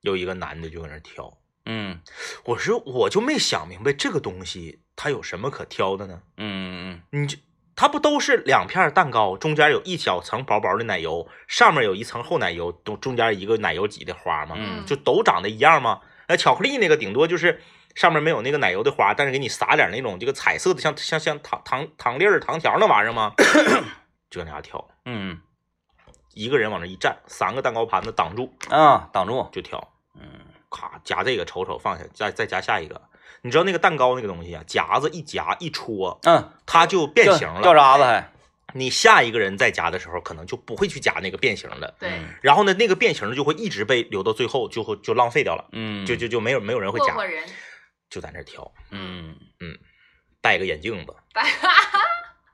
[SPEAKER 2] 有一个男的就搁那挑，
[SPEAKER 1] 嗯
[SPEAKER 2] 我说我就没想明白这个东西它有什么可挑的呢？
[SPEAKER 1] 嗯
[SPEAKER 2] 你这它不都是两片蛋糕，中间有一小层薄薄的奶油，上面有一层厚奶油，中中间一个奶油挤的花吗？
[SPEAKER 1] 嗯
[SPEAKER 2] 就都长得一样吗？呃，巧克力那个顶多就是上面没有那个奶油的花，但是给你撒点那种这个彩色的，像像像糖糖糖粒儿、糖条那玩意 儿吗？就搁那家挑，
[SPEAKER 1] 嗯嗯
[SPEAKER 2] 一个人往那一站，三个蛋糕盘子挡住
[SPEAKER 1] 啊，挡住，
[SPEAKER 2] 就挑，
[SPEAKER 1] 嗯
[SPEAKER 2] 咔夹这个瞅瞅放下，再再夹下一个，你知道那个蛋糕那个东西啊，夹子一夹一戳，
[SPEAKER 1] 嗯，
[SPEAKER 2] 它就变形
[SPEAKER 1] 掉
[SPEAKER 2] 了。
[SPEAKER 1] 渣子还，
[SPEAKER 2] 你下一个人再夹的时候，可能就不会去夹那个变形的。
[SPEAKER 3] 对，
[SPEAKER 1] 嗯
[SPEAKER 2] 然后呢，那个变形的就会一直被留到最后，就会就浪费掉了，
[SPEAKER 1] 嗯，
[SPEAKER 2] 就就就没有没有人会
[SPEAKER 3] 过过
[SPEAKER 2] 夹，
[SPEAKER 3] 人，
[SPEAKER 2] 就在那儿挑，
[SPEAKER 1] 嗯
[SPEAKER 2] 戴个眼镜子，
[SPEAKER 3] 白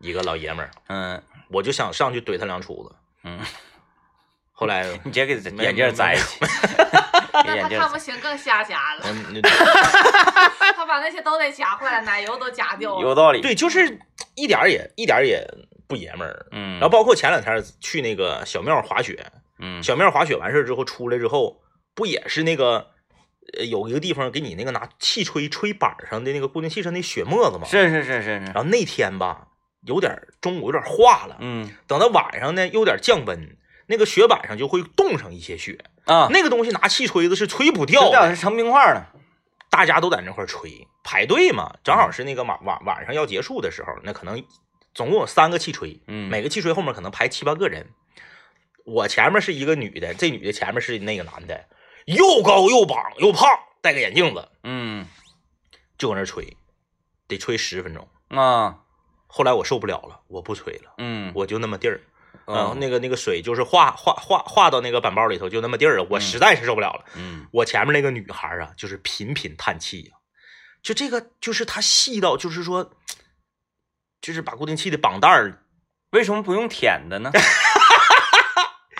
[SPEAKER 2] 一个老爷们儿，
[SPEAKER 1] 嗯
[SPEAKER 2] 我就想上去怼他两杵子。
[SPEAKER 1] 嗯，
[SPEAKER 2] 后 来
[SPEAKER 1] 你直接给
[SPEAKER 2] 没
[SPEAKER 1] 眼镜摘下 去，给
[SPEAKER 3] 那他
[SPEAKER 1] 眼镜
[SPEAKER 3] 看不行更瞎夹了，
[SPEAKER 2] 嗯，
[SPEAKER 3] 他把那些都得夹坏了，奶油都夹掉
[SPEAKER 1] 有
[SPEAKER 3] 了。
[SPEAKER 1] 道理，
[SPEAKER 2] 对，就是一点儿也一点儿也不爷们儿。
[SPEAKER 1] 嗯，
[SPEAKER 2] 然后包括前两天去那个小庙滑雪，
[SPEAKER 1] 嗯
[SPEAKER 2] 小庙滑雪完事儿之后出来之后，不也是那个呃有一个地方给你那个拿气吹吹板儿上的那个固定器上的雪沫子嘛？
[SPEAKER 1] 是是是是是，
[SPEAKER 2] 然后那天吧，有点儿中午有点儿化了，
[SPEAKER 1] 嗯
[SPEAKER 2] 等到晚上呢有点儿降温，那个雪板上就会冻上一些雪。
[SPEAKER 1] 啊，
[SPEAKER 2] 那个东西拿气吹子是吹不
[SPEAKER 1] 这
[SPEAKER 2] 掉
[SPEAKER 1] 俩
[SPEAKER 2] 的，
[SPEAKER 1] 是成冰块了，
[SPEAKER 2] 大家都在那块儿吹排队嘛，正好是那个晚晚晚上要结束的时候，那可能总共有三个气吹，
[SPEAKER 1] 嗯，
[SPEAKER 2] 每个汽车后面可能排七八个人，我前面是一个女的，这女的前面是那个男的，又高又膀又胖，戴个眼镜子，
[SPEAKER 1] 嗯
[SPEAKER 2] 就搁那吹，得吹十分钟。
[SPEAKER 1] 啊
[SPEAKER 2] 后来我受不了了，我不吹了，
[SPEAKER 1] 嗯，
[SPEAKER 2] 我就那么地儿，
[SPEAKER 1] 嗯
[SPEAKER 2] 然后那个那个水就是化化化化到那个板包里头，就那么地儿了，我实在是受不了了。
[SPEAKER 1] 嗯
[SPEAKER 2] 我前面那个女孩啊，就是频频叹气呀、就这个就是她细到就是说，就是把固定器的绑带儿
[SPEAKER 1] 为什么不用舔的呢？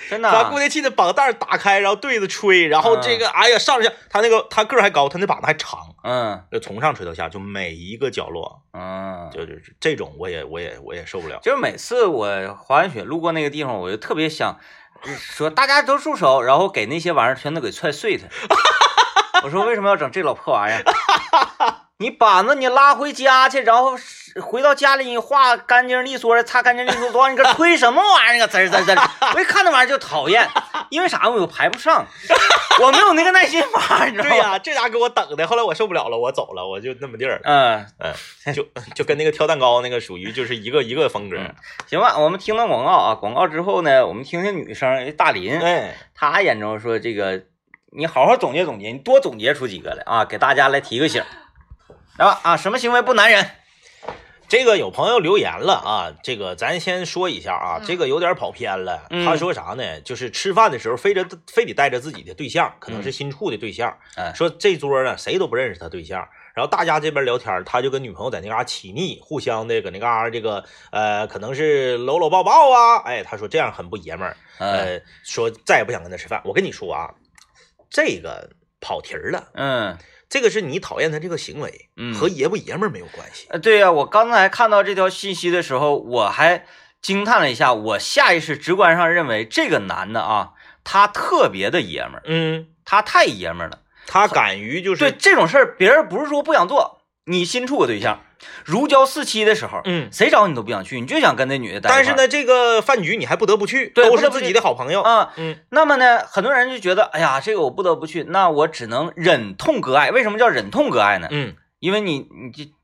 [SPEAKER 1] 真的
[SPEAKER 2] 把
[SPEAKER 1] 啊
[SPEAKER 2] 固定器的绑带儿打开，然后对着吹，然后这个、哎呀上下，他那个他个儿还高，他那膀子还长，
[SPEAKER 1] 嗯
[SPEAKER 2] 就从上吹到下，就每一个角落，
[SPEAKER 1] 嗯，
[SPEAKER 2] 就就就这种我也我也我也受不了。
[SPEAKER 1] 就是每次我滑完雪路过那个地方，我就特别想说大家都住手，然后给那些玩意儿全都给踹碎它。我说为什么要整这老破玩意儿？ 你板子你拉回家去，然后是回到家里你画干净利索的，擦干净利索的，往你 搁推什么玩意儿？那个滋儿滋儿滋儿，我一看那玩意儿就讨厌，因为啥？我排不上，我没有那个耐心玩，你知道
[SPEAKER 2] 对
[SPEAKER 1] 吗？
[SPEAKER 2] 呀、这家给我等的，后来我受不了了，我走了，我就那么地儿，
[SPEAKER 1] 嗯，
[SPEAKER 2] 就就跟那个挑蛋糕那个属于就是一个一个风格。
[SPEAKER 1] 嗯行吧，我们听到广告啊，广告之后呢，我们听听女生大林，
[SPEAKER 2] 哎，
[SPEAKER 1] 他眼中说这个，你好好总结总结，你多总结出几个来啊，给大家来提个醒儿。来吧啊，什么行为不男人？
[SPEAKER 2] 这个有朋友留言了啊，这个咱先说一下啊，
[SPEAKER 3] 嗯
[SPEAKER 2] 这个有点跑偏了。
[SPEAKER 1] 嗯
[SPEAKER 2] 他说啥呢？就是吃饭的时候非得非得带着自己的对象，可能是新处的对象，
[SPEAKER 1] 嗯哎
[SPEAKER 2] 说这桌呢谁都不认识他对象。然后大家这边聊天，他就跟女朋友在那嘎起腻，互相的搁那嘎这个呃，可能是搂搂抱抱啊，哎，他说这样很不爷们儿，
[SPEAKER 1] 嗯
[SPEAKER 2] 呃，说再也不想跟他吃饭。我跟你说啊，这个跑题儿了，
[SPEAKER 1] 嗯
[SPEAKER 2] 这个是你讨厌他这个行为，
[SPEAKER 1] 嗯
[SPEAKER 2] 和爷不爷们儿没有关系。
[SPEAKER 1] 呃对呀、我刚才看到这条信息的时候，我还惊叹了一下，我下意识直观上认为这个男的啊，他特别的爷们儿，
[SPEAKER 2] 嗯。
[SPEAKER 1] 他太爷们儿了。
[SPEAKER 2] 他敢于就是
[SPEAKER 1] 对这种事儿，别人不是说不想做，你新处个对象，如胶似漆的时候，
[SPEAKER 2] 嗯，
[SPEAKER 1] 谁找你都不想去，你就想跟那女的待。
[SPEAKER 2] 但是，呢，这个饭局你还不得不去，
[SPEAKER 1] 对
[SPEAKER 2] 都
[SPEAKER 1] 不得
[SPEAKER 2] 是
[SPEAKER 1] 不
[SPEAKER 2] 自
[SPEAKER 1] 去
[SPEAKER 2] 己的好朋友。
[SPEAKER 1] 啊、
[SPEAKER 2] 嗯，
[SPEAKER 1] 那么呢，很多人就觉得，哎呀，这个我不得不去，那我只能忍痛割爱。为什么叫忍痛割爱呢？
[SPEAKER 2] 嗯，
[SPEAKER 1] 因为你你这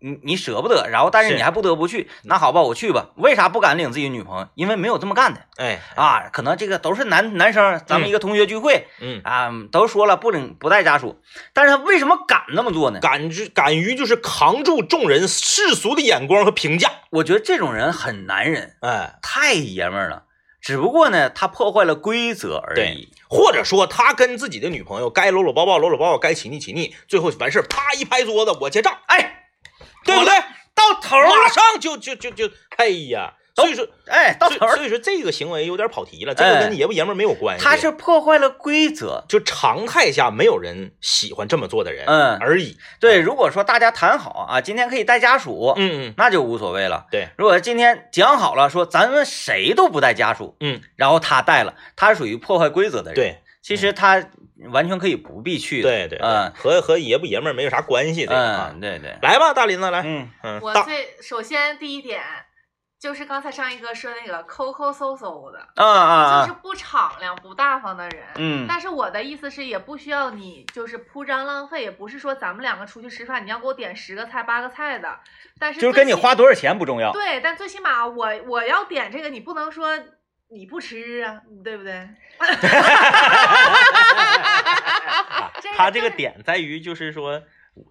[SPEAKER 1] 你你舍不得，然后但是
[SPEAKER 2] 是嗯
[SPEAKER 1] 你还不得不去。那好吧，我去吧。为啥不敢领自己女朋友？因为没有这么干的
[SPEAKER 2] 哎，
[SPEAKER 1] 啊。可能这个都是男男生，咱们一个同学聚会
[SPEAKER 2] 嗯，
[SPEAKER 1] 啊，都说了不领不带家属，但是他为什么敢那么做呢？
[SPEAKER 2] 敢于敢于就是扛住众人世俗的眼光和评价。
[SPEAKER 1] 我觉得这种人很难忍，
[SPEAKER 2] 哎，
[SPEAKER 1] 太爷们儿了。只不过呢，他破坏了规则而已
[SPEAKER 2] 对。或者说他跟自己的女朋友该搂搂抱抱搂搂抱抱，该亲昵亲昵，最后完事儿啪一拍桌子，我结账，
[SPEAKER 1] 哎，
[SPEAKER 2] 对不对？
[SPEAKER 1] 到头儿
[SPEAKER 2] 马
[SPEAKER 1] 了，
[SPEAKER 2] 上就就就就，哎呀，所以说。
[SPEAKER 1] 哎，到
[SPEAKER 2] 所以
[SPEAKER 1] 头儿了
[SPEAKER 2] 所以说这个行为有点跑题了，这个
[SPEAKER 1] 哎
[SPEAKER 2] 跟爷不爷们儿没有关系。
[SPEAKER 1] 他是破坏了规则。
[SPEAKER 2] 就常态下没有人喜欢这么做的人，
[SPEAKER 1] 嗯
[SPEAKER 2] 而已。
[SPEAKER 1] 对，如果说大家谈好啊，今天可以带家属，
[SPEAKER 2] 嗯嗯，
[SPEAKER 1] 那就无所谓了。
[SPEAKER 2] 对，
[SPEAKER 1] 如果今天讲好了说咱们谁都不带家属，
[SPEAKER 2] 嗯，
[SPEAKER 1] 然后他带了，他是属于破坏规则的人。，
[SPEAKER 2] 对，
[SPEAKER 1] 其实他完全可以不必去的。
[SPEAKER 2] 对对，对
[SPEAKER 1] 嗯
[SPEAKER 2] 和和爷不爷们儿没有啥关系这个啊
[SPEAKER 1] 嗯，。对对，
[SPEAKER 2] 来吧，大林子来，
[SPEAKER 1] 嗯
[SPEAKER 2] 嗯，
[SPEAKER 3] 我
[SPEAKER 2] 大
[SPEAKER 3] 最首先第一点就是刚才上一个说那个抠抠搜搜的，
[SPEAKER 1] 啊啊
[SPEAKER 3] 就是
[SPEAKER 1] 啊，
[SPEAKER 3] 不敞亮、不大方的人。
[SPEAKER 1] 嗯
[SPEAKER 3] 但是我的意思是，也不需要你就是铺张浪费，也不是说咱们两个出去吃饭，你要给我点十个菜、八个菜的。但是
[SPEAKER 1] 就是
[SPEAKER 3] 最
[SPEAKER 1] 跟你
[SPEAKER 3] 起
[SPEAKER 1] 花多少钱不重要。
[SPEAKER 3] 对，但最起码我我要点这个，你不能说你不吃啊，对不对？
[SPEAKER 2] 啊
[SPEAKER 3] 这个
[SPEAKER 2] 他这个
[SPEAKER 3] 就是
[SPEAKER 2] 点在于就是说。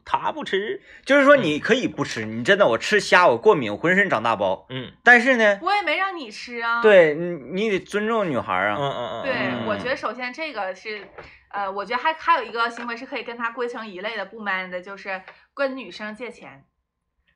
[SPEAKER 2] 他不吃。
[SPEAKER 1] 就是说你可以不吃，你真的我吃虾我过敏，我浑身长大包。
[SPEAKER 2] 嗯
[SPEAKER 1] 但是呢，
[SPEAKER 3] 我也没让你吃啊。
[SPEAKER 1] 对你你得尊重女孩
[SPEAKER 2] 嗯
[SPEAKER 1] 啊。
[SPEAKER 2] 嗯嗯，
[SPEAKER 3] 对，
[SPEAKER 1] 嗯
[SPEAKER 3] 我觉得首先这个是，呃，我觉得还还有一个行为是可以跟他归成一类的不 man 的，就是跟女生借钱，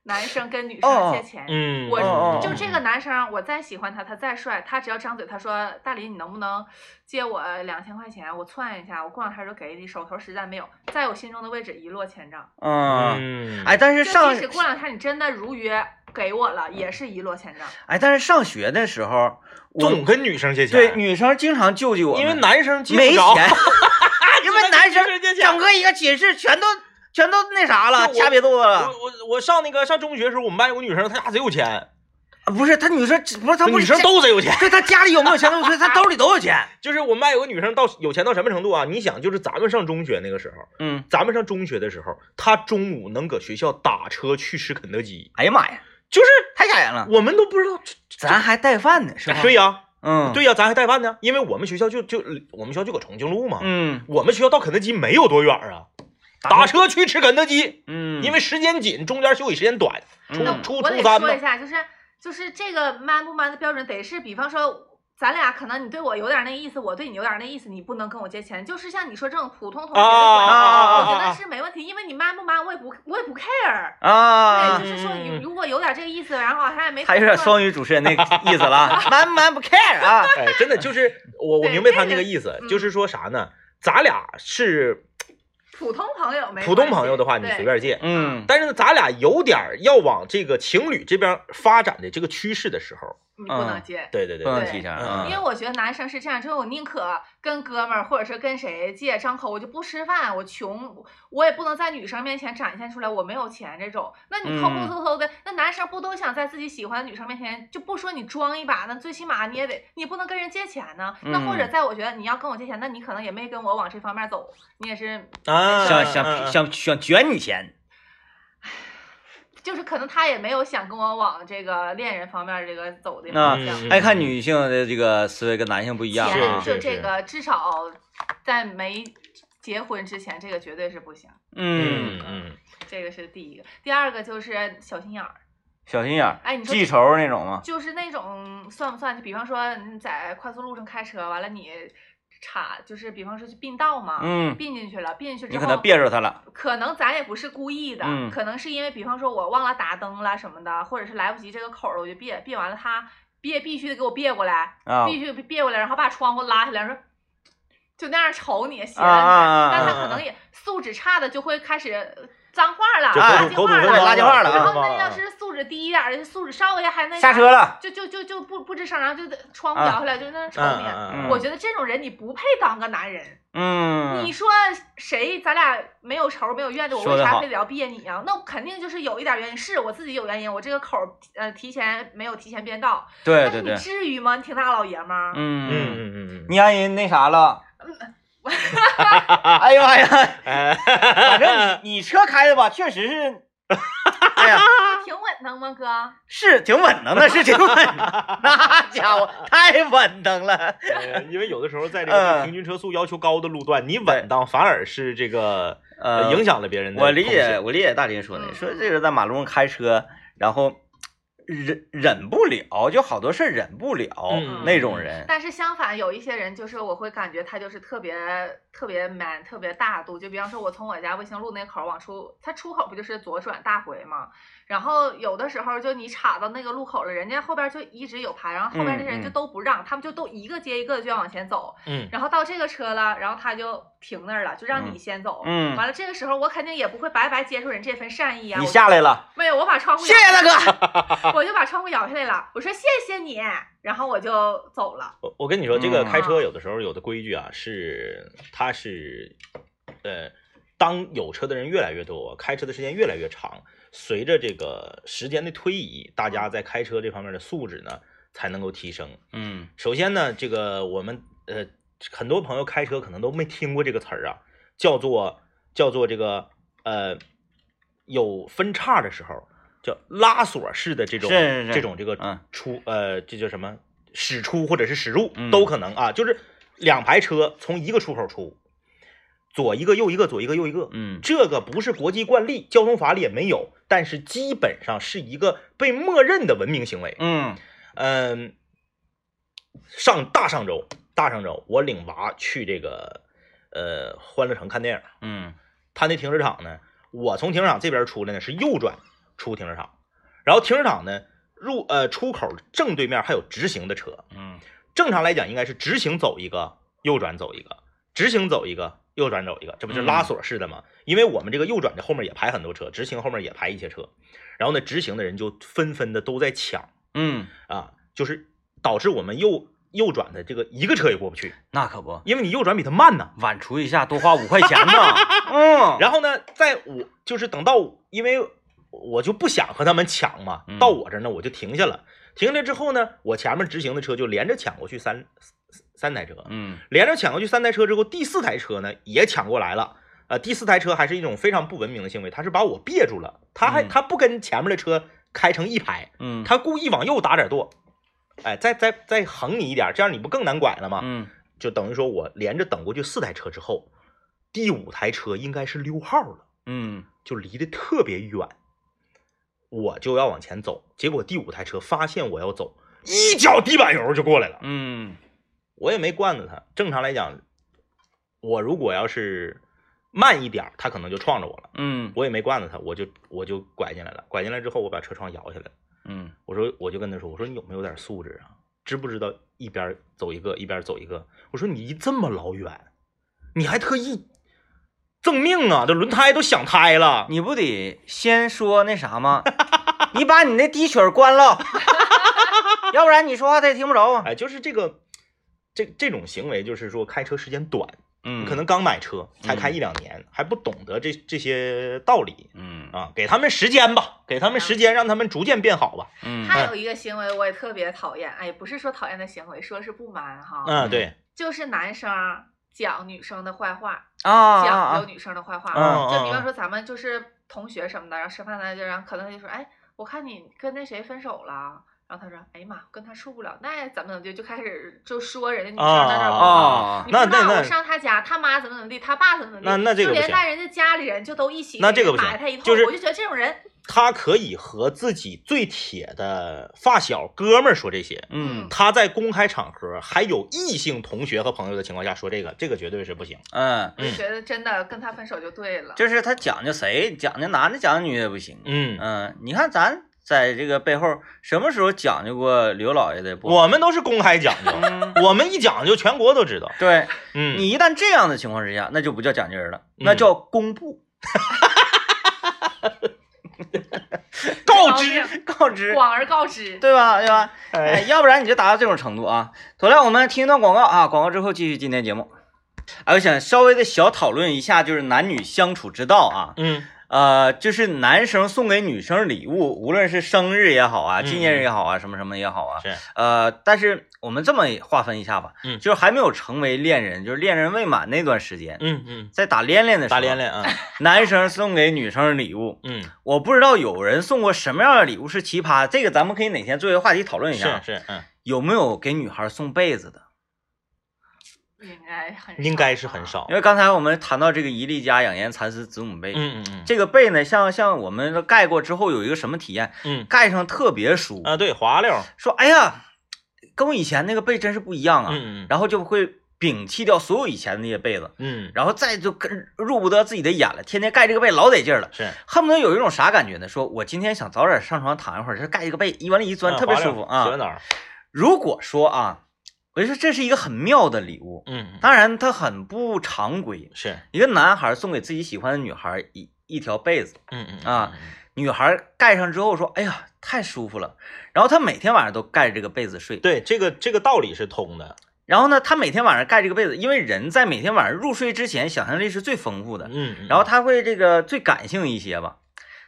[SPEAKER 3] 男生跟女生借钱。
[SPEAKER 2] 嗯，
[SPEAKER 3] 我
[SPEAKER 1] 哦
[SPEAKER 3] 就这个男生，我再喜欢他，他再帅，他只要张嘴，他说大林，你能不能借我两千块钱？我窜一下，我过两天就给你，手头实在没有，在我心中的位置一落千丈。
[SPEAKER 1] 嗯，
[SPEAKER 2] 嗯，
[SPEAKER 1] 哎，但是
[SPEAKER 3] 就
[SPEAKER 1] 上
[SPEAKER 3] 即使过两天你真的如约给我了，也是一落千丈。
[SPEAKER 1] 哎，但是上学的时候，我
[SPEAKER 2] 总跟女生借钱，
[SPEAKER 1] 对女生经常救济我们，
[SPEAKER 2] 因为男生借
[SPEAKER 1] 没
[SPEAKER 2] 不着，
[SPEAKER 1] 钱， 因为男生
[SPEAKER 2] 借钱
[SPEAKER 1] 整个一个寝室全都全都那啥了，
[SPEAKER 2] 就我
[SPEAKER 1] 掐别肚子
[SPEAKER 2] 我
[SPEAKER 1] 了。
[SPEAKER 2] 我我上那个上中学的时候，我们班有个女生，她家贼有钱，
[SPEAKER 1] 啊不是他女生，不是他不
[SPEAKER 2] 女
[SPEAKER 1] 是
[SPEAKER 2] 生
[SPEAKER 1] 家，
[SPEAKER 2] 都贼有钱。
[SPEAKER 1] 对他家里有没有钱都不是，他兜里都有钱。
[SPEAKER 2] 就是我们班有个女生到有钱到什么程度啊？你想，就是咱们上中学那个时候，
[SPEAKER 1] 嗯，
[SPEAKER 2] 咱们上中学的时候，她中午能搁学校打车去吃肯德基，
[SPEAKER 1] 哎呀妈呀，
[SPEAKER 2] 就是
[SPEAKER 1] 太吓人了，
[SPEAKER 2] 我们都不知道。
[SPEAKER 1] 咱还带饭呢，是吧？
[SPEAKER 2] 对呀、
[SPEAKER 1] 嗯，，
[SPEAKER 2] 对呀、咱还带饭呢，因为我们学校就就我们学校就搁重庆路嘛，
[SPEAKER 1] 嗯
[SPEAKER 2] 我们学校到肯德基没有多远啊，打车去吃肯德基，
[SPEAKER 1] 嗯，
[SPEAKER 2] 因为时间紧，中间休息时间短，初
[SPEAKER 1] 嗯
[SPEAKER 2] 初
[SPEAKER 3] 我
[SPEAKER 2] 初
[SPEAKER 3] 得
[SPEAKER 2] 三
[SPEAKER 3] 说一
[SPEAKER 2] 嘛，
[SPEAKER 3] 下，就是就是这个 man 不 man 的标准得是，比方说咱俩可能你对我有点那意思，我对你有点那意思，你不能跟我借钱，就是像你说这种普通同学的关系，
[SPEAKER 2] 啊
[SPEAKER 1] 啊啊啊
[SPEAKER 3] 我觉
[SPEAKER 2] 啊
[SPEAKER 3] 得
[SPEAKER 2] 啊
[SPEAKER 3] 是没问题，因为你 man 不 man 我也不我也不 care。
[SPEAKER 1] 啊
[SPEAKER 3] 对，，就是说
[SPEAKER 2] 嗯嗯
[SPEAKER 3] 你
[SPEAKER 2] 嗯
[SPEAKER 3] 如果有点这个意思，然后他也没
[SPEAKER 1] 他有点双语主持人那意思了 啊，man man 不 care 啊。
[SPEAKER 2] 哎，真的就是我我
[SPEAKER 3] 对
[SPEAKER 2] 明白他
[SPEAKER 3] 这
[SPEAKER 2] 那个
[SPEAKER 3] 个
[SPEAKER 2] 意思，
[SPEAKER 3] 嗯
[SPEAKER 2] 就是说啥呢？咱俩是
[SPEAKER 3] 普通朋友没
[SPEAKER 2] 普通朋友的话，
[SPEAKER 3] 关
[SPEAKER 2] 你
[SPEAKER 3] 系
[SPEAKER 2] 随。便借。
[SPEAKER 1] 嗯，
[SPEAKER 2] 但是呢，咱俩有点儿要往这个情侣这边发展的这个趋势的时候，
[SPEAKER 3] 对你不能
[SPEAKER 1] 嗯
[SPEAKER 3] 借。
[SPEAKER 2] 对对对
[SPEAKER 1] 不能
[SPEAKER 2] 对，
[SPEAKER 1] 提前
[SPEAKER 2] 嗯
[SPEAKER 1] 啊
[SPEAKER 3] 因为。我觉得男生是这样，就是我宁可跟哥们儿或者是跟谁借张口，我就不吃饭，我穷，我也不能在女生面前展现出来我没有钱这种。那你抠抠
[SPEAKER 1] 嗯
[SPEAKER 3] 搜搜的，那男生不都想在自己喜欢的女生面前，就不说你装一把，那最起码你也得，你不能跟人借钱呢。那或者
[SPEAKER 1] 嗯
[SPEAKER 3] 在我觉得你要跟我借钱，那你可能也没跟我往这方面走，你也是，
[SPEAKER 2] 啊，
[SPEAKER 1] 想
[SPEAKER 2] 嗯
[SPEAKER 1] 想
[SPEAKER 2] 嗯
[SPEAKER 1] 想想卷你钱，
[SPEAKER 3] 就是可能他也没有想跟我往这个恋人方面这个走的
[SPEAKER 1] 啊
[SPEAKER 3] 方向。
[SPEAKER 2] 嗯
[SPEAKER 1] 爱看女性的这个思维跟男性不一样
[SPEAKER 2] 是
[SPEAKER 1] 啊
[SPEAKER 3] 钱。
[SPEAKER 2] 是
[SPEAKER 3] 就这个，至少在没结婚之前，这个绝对是不行。
[SPEAKER 1] 嗯，
[SPEAKER 2] 嗯嗯，
[SPEAKER 3] 这个是第一个，第二个就是小心眼儿，
[SPEAKER 1] 小心眼儿，
[SPEAKER 3] 哎你说
[SPEAKER 1] 记仇那种吗？
[SPEAKER 3] 就是那种算不算？就比方说你在快速路上开车，完了你插，就是比方说去并道嘛，
[SPEAKER 1] 嗯，
[SPEAKER 3] 并进去了，并进去之
[SPEAKER 1] 你
[SPEAKER 3] 后，
[SPEAKER 1] 可能别着他了。
[SPEAKER 3] 可能咱也不是故意的，
[SPEAKER 1] 嗯
[SPEAKER 3] 可能是因为比方说我忘了打灯了什么的，或者是来不及这个口儿了，我就别别完了他别必须得给我别过来，
[SPEAKER 1] 啊
[SPEAKER 3] 必须别过来，然后把窗户拉下来，说就那样瞅你，斜着你，
[SPEAKER 1] 啊啊啊啊
[SPEAKER 3] 但他可能也素质差的就会开始脏话了，
[SPEAKER 2] 就
[SPEAKER 1] 哎
[SPEAKER 2] 口
[SPEAKER 3] 垃
[SPEAKER 2] 吐
[SPEAKER 3] 圾
[SPEAKER 1] 对
[SPEAKER 2] 口吐芬
[SPEAKER 3] 话了。
[SPEAKER 1] 拉近话了啊
[SPEAKER 3] 然后那要是素质低一点儿的，素质稍微还那啥
[SPEAKER 1] 下车了，
[SPEAKER 3] 就就就就不不吱声，然后就窗户
[SPEAKER 1] 啊
[SPEAKER 3] 摇下来，就那样瞅你。啊
[SPEAKER 1] 嗯
[SPEAKER 3] 我觉得这种人你不配当个男人。
[SPEAKER 1] 嗯
[SPEAKER 3] 你，说谁？咱俩没有仇，没有怨的，我
[SPEAKER 1] 说得
[SPEAKER 3] 为啥
[SPEAKER 1] 好
[SPEAKER 3] 非得要别你啊？那我肯定就是有一点原因，是我自己有原因，我这个口儿呃提前没有提前变道。
[SPEAKER 1] 对
[SPEAKER 3] 但
[SPEAKER 1] 对
[SPEAKER 3] 是
[SPEAKER 1] 对
[SPEAKER 3] 你，至于吗？你挺大老爷们儿，
[SPEAKER 1] 嗯
[SPEAKER 2] 嗯嗯嗯嗯，
[SPEAKER 1] 你让人那啥了。 哎呀妈呀！
[SPEAKER 2] 哎，
[SPEAKER 1] 反正你你车开的吧，确实是，哎呀，
[SPEAKER 3] 挺稳当吗，哥？
[SPEAKER 1] 是挺稳当的，是挺稳当。 那家伙太稳当了。
[SPEAKER 2] 呃 因为有的时候在这个对平均车速要求高的路段，你稳当反而是这个呃
[SPEAKER 1] 呃，
[SPEAKER 2] 影响了别人的。
[SPEAKER 1] 我理解，，我理解大林说的，
[SPEAKER 3] 嗯
[SPEAKER 1] 说这个在马路上开车，然后忍忍不了，就好多事儿忍不了、
[SPEAKER 2] 嗯
[SPEAKER 1] 那种人。
[SPEAKER 3] 但是相反，有一些人就是我会感觉他就是特别特别 man，特别大度。就比方说，我从我家卫星路那口儿往出，他出口不就是左转大回嘛？然后有的时候就你插到那个路口了，人家后边就一直有牌，然后后边那些人就
[SPEAKER 1] 嗯嗯
[SPEAKER 3] 都不让，他们就都一个接一个的就要往前走。
[SPEAKER 2] 嗯
[SPEAKER 3] 然后到这个车了，然后他就停那儿了，就让你先走。
[SPEAKER 1] 嗯
[SPEAKER 3] 完了，这个时候我肯定也不会白白接受人这份善
[SPEAKER 2] 嗯
[SPEAKER 3] 意啊。
[SPEAKER 1] 你
[SPEAKER 3] 我
[SPEAKER 1] 下来了，
[SPEAKER 3] 没有，我把窗户
[SPEAKER 1] 谢
[SPEAKER 3] 摇
[SPEAKER 1] 谢大哥。
[SPEAKER 3] 我就把窗户摇下来了。我说谢谢你，然后我就走了。
[SPEAKER 2] 我我跟你说，这个
[SPEAKER 1] 嗯
[SPEAKER 2] 开车有的时候有的规矩啊，是它是呃，当有车的人越来越多，开车的时间越来越长，随着这个时间的推移，大家在开车这方面的素质呢才能够提升。
[SPEAKER 1] 嗯
[SPEAKER 2] 首先呢，这个我们呃很多朋友开车可能都没听过这个词儿啊，叫做叫做这个呃有分叉的时候叫拉锁式的这种
[SPEAKER 1] 是是是
[SPEAKER 2] 这种这个
[SPEAKER 1] 嗯
[SPEAKER 2] 出、呃这叫什么驶出或者是驶入
[SPEAKER 1] 嗯
[SPEAKER 2] 都可能啊，就是两排车从一个出口出，左一个右一个，左一个右一个。
[SPEAKER 1] 嗯
[SPEAKER 2] 这个不是国际惯例，交通法里也没有，但是基本上是一个被默认的文明行为。
[SPEAKER 1] 嗯
[SPEAKER 2] 嗯，上大上周，大上周我领娃去这个呃欢乐城看电影，
[SPEAKER 1] 嗯
[SPEAKER 2] 他那停车场呢，我从停车场这边出来呢是右转出停车场，然后停车场呢入呃出口正对面还有直行的车，
[SPEAKER 1] 嗯
[SPEAKER 2] 正常来讲应该是直行走一个，右转走一个，直行走一个，右转走一个，这不是拉锁式的吗？因为我们这个右转的后面也排很多车，直行后面也排一些车，然后呢，直行的人就纷纷的都在抢
[SPEAKER 1] 嗯，
[SPEAKER 2] 啊，就是导致我们右右转的这个一个车也过不去，
[SPEAKER 1] 那可不，
[SPEAKER 2] 因为你右转比他慢呐。
[SPEAKER 1] 晚出一下多花五块钱呢。 嗯，
[SPEAKER 2] 然后呢，在我就是等到我，因为我就不想和他们抢嘛
[SPEAKER 1] 嗯，
[SPEAKER 2] 到我这儿呢我就停下了，停下来之后呢，我前面直行的车就连着抢过去三三三台车，
[SPEAKER 1] 嗯
[SPEAKER 2] 连着抢过去三台车之后，第四台车呢也抢过来了。呃，第四台车还是一种非常不文明的行为，他是把我别住了，他还
[SPEAKER 1] 嗯
[SPEAKER 2] 他不跟前面的车开成一排，
[SPEAKER 1] 嗯，
[SPEAKER 2] 他故意往右打点舵，哎，再再再横你一点，这样你不更难拐了吗？
[SPEAKER 1] 嗯
[SPEAKER 2] 就等于说我连着等过去四台车之后，第五台车应该是溜号了，
[SPEAKER 1] 嗯
[SPEAKER 2] 就离得特别远，我就要往前走，结果第五台车发现我要走，一脚地板油就过来了。
[SPEAKER 1] 嗯
[SPEAKER 2] 我也没惯着他。正常来讲，我如果要是慢一点儿，他可能就撞着我了。
[SPEAKER 1] 嗯
[SPEAKER 2] 我也没惯着他，我就我就拐进来了。拐进来之后，我把车窗摇下来，
[SPEAKER 1] 嗯
[SPEAKER 2] 我说我就跟他说，我说你有没有点素质啊？知不知道一边走一个一边走一个？我说你离这么老远，你还特意赠命啊？这轮胎都想胎了。
[SPEAKER 1] 你不得先说那啥 吗？你把你那低曲儿关了，要不然你说话他也听不着啊。
[SPEAKER 2] 哎，就是这个，这这种行为，就是说开车时间短，
[SPEAKER 1] 嗯，
[SPEAKER 2] 哎可能刚买车才开
[SPEAKER 1] 嗯
[SPEAKER 2] 一两年，还不懂得这这些道理。
[SPEAKER 1] 嗯
[SPEAKER 2] 啊，给他们时间吧，给他们时间，让他们逐渐变好吧。
[SPEAKER 1] 嗯
[SPEAKER 3] 还有一个行为我也特别讨厌，哎，不是说讨厌的行为，说是不满哈，
[SPEAKER 2] 嗯，对，
[SPEAKER 3] 就是男生讲女生的坏话，
[SPEAKER 2] 哦
[SPEAKER 1] 啊啊
[SPEAKER 3] 讲究
[SPEAKER 1] 啊，
[SPEAKER 3] 女生的坏话，
[SPEAKER 2] 嗯
[SPEAKER 3] 就比方
[SPEAKER 2] 嗯
[SPEAKER 3] 说咱们就是同学什么的，然后吃饭呢，就然后可能就说，哎，我看你跟那谁分手了。然后他说：“哎呀妈，我跟他处不了，那怎么怎么地，就开始就说人家女生在那儿
[SPEAKER 2] 啊
[SPEAKER 3] 不
[SPEAKER 2] 啊
[SPEAKER 3] 好，
[SPEAKER 1] 啊
[SPEAKER 3] 你
[SPEAKER 2] 那
[SPEAKER 3] 不知道
[SPEAKER 2] 那那
[SPEAKER 3] 我上他家，他妈怎么怎么地，他爸怎么怎么地，
[SPEAKER 2] 那那这个
[SPEAKER 3] 就
[SPEAKER 2] 不
[SPEAKER 3] 连
[SPEAKER 2] 行
[SPEAKER 3] 带人家家里人就都一起
[SPEAKER 2] 那这个不行
[SPEAKER 3] 打他一通，
[SPEAKER 2] 就是
[SPEAKER 3] 我就觉得这种人，
[SPEAKER 2] 他可以和自己最铁的发小哥们儿说这些，
[SPEAKER 1] 嗯
[SPEAKER 2] 他在公开场合还有异性同学和朋友的情况下说这个，这个绝对是不行。
[SPEAKER 1] 嗯，
[SPEAKER 3] 我就觉得真的跟他分手就对了。
[SPEAKER 1] 就是他讲究谁，讲究男的，讲究女的也不行。
[SPEAKER 2] 嗯，
[SPEAKER 1] 嗯，你看咱在这个背后什么时候讲究过刘老爷的不好？
[SPEAKER 2] 我们都是公开讲究，
[SPEAKER 1] 嗯，
[SPEAKER 2] 我们一讲究全国都知道。
[SPEAKER 1] 对
[SPEAKER 2] 嗯，
[SPEAKER 1] 你一旦这样的情况之下，那就不叫讲究人了，
[SPEAKER 2] 嗯
[SPEAKER 1] 那叫公布
[SPEAKER 2] 告
[SPEAKER 3] 知
[SPEAKER 2] 知，
[SPEAKER 1] 告知，
[SPEAKER 3] 广而告之，
[SPEAKER 1] 对吧？对吧？哎，
[SPEAKER 2] 哎，
[SPEAKER 1] 要不然你就达到这种程度啊！好了，我们听一段广告啊，广告之后继续今天节目。哎，我想稍微的小讨论一下，就是男女相处之道啊。
[SPEAKER 2] 嗯
[SPEAKER 1] 呃，就是男生送给女生礼物，无论是生日也好啊，
[SPEAKER 2] 嗯
[SPEAKER 1] 纪念日也好啊，什么什么也好啊，
[SPEAKER 2] 是
[SPEAKER 1] 呃，但是我们这么划分一下吧，
[SPEAKER 2] 嗯
[SPEAKER 1] 就是还没有成为恋人，就是恋人未满那段时间，
[SPEAKER 2] 嗯嗯，
[SPEAKER 1] 在打恋恋的时候，
[SPEAKER 2] 打连，连啊，
[SPEAKER 1] 男生送给女生礼物，
[SPEAKER 2] 嗯，
[SPEAKER 1] 我不知道有人送过什么样的礼物是奇葩，这个咱们可以哪天作为话题讨论一下啊
[SPEAKER 2] 是，是，嗯，
[SPEAKER 1] 有没有给女孩送被子的？
[SPEAKER 3] 应该很少
[SPEAKER 2] 应该是很
[SPEAKER 3] 吧。
[SPEAKER 2] 少
[SPEAKER 1] 因。为刚才我们谈到这个一粒家养颜蚕丝子母被，
[SPEAKER 2] 嗯嗯嗯
[SPEAKER 1] 这个被呢，像像我们盖过之后有一个什么体验，
[SPEAKER 2] 嗯
[SPEAKER 1] 盖上特别舒服。
[SPEAKER 2] 啊，对，滑溜儿。
[SPEAKER 1] 说哎呀，跟我以前那个被真是不一样啊，
[SPEAKER 2] 嗯嗯
[SPEAKER 1] 然后就会摒弃掉所有以前的那些被子，
[SPEAKER 2] 嗯，
[SPEAKER 1] 然后再就跟入不得自己的眼了，天天盖这个被老得劲儿了，
[SPEAKER 2] 是。
[SPEAKER 1] 恨不得有一种啥感觉呢？说我今天想早点上床躺一会儿，这盖一个被，一往里一钻、
[SPEAKER 2] 嗯
[SPEAKER 1] 特别
[SPEAKER 2] 滑溜
[SPEAKER 1] 舒
[SPEAKER 2] 儿
[SPEAKER 1] 服
[SPEAKER 2] 洗完
[SPEAKER 1] 啊。
[SPEAKER 2] 澡儿。
[SPEAKER 1] 如果说啊，我就说这是一个很妙的礼物，
[SPEAKER 2] 嗯，嗯
[SPEAKER 1] 当然它很不常规，
[SPEAKER 2] 是。
[SPEAKER 1] 一个男孩送给自己喜欢的女孩一一条被子。
[SPEAKER 2] 嗯嗯
[SPEAKER 1] 啊，女孩盖上之后说：“哎呀，太舒服了。”然后她每天晚上都盖着这个被子睡。
[SPEAKER 2] 对，这个这个道理是通的。
[SPEAKER 1] 然后呢，她每天晚上盖这个被子，因为人在每天晚上入睡之前，想象力是最丰富的，
[SPEAKER 2] 嗯，
[SPEAKER 1] 然后她会这个最感性一些吧。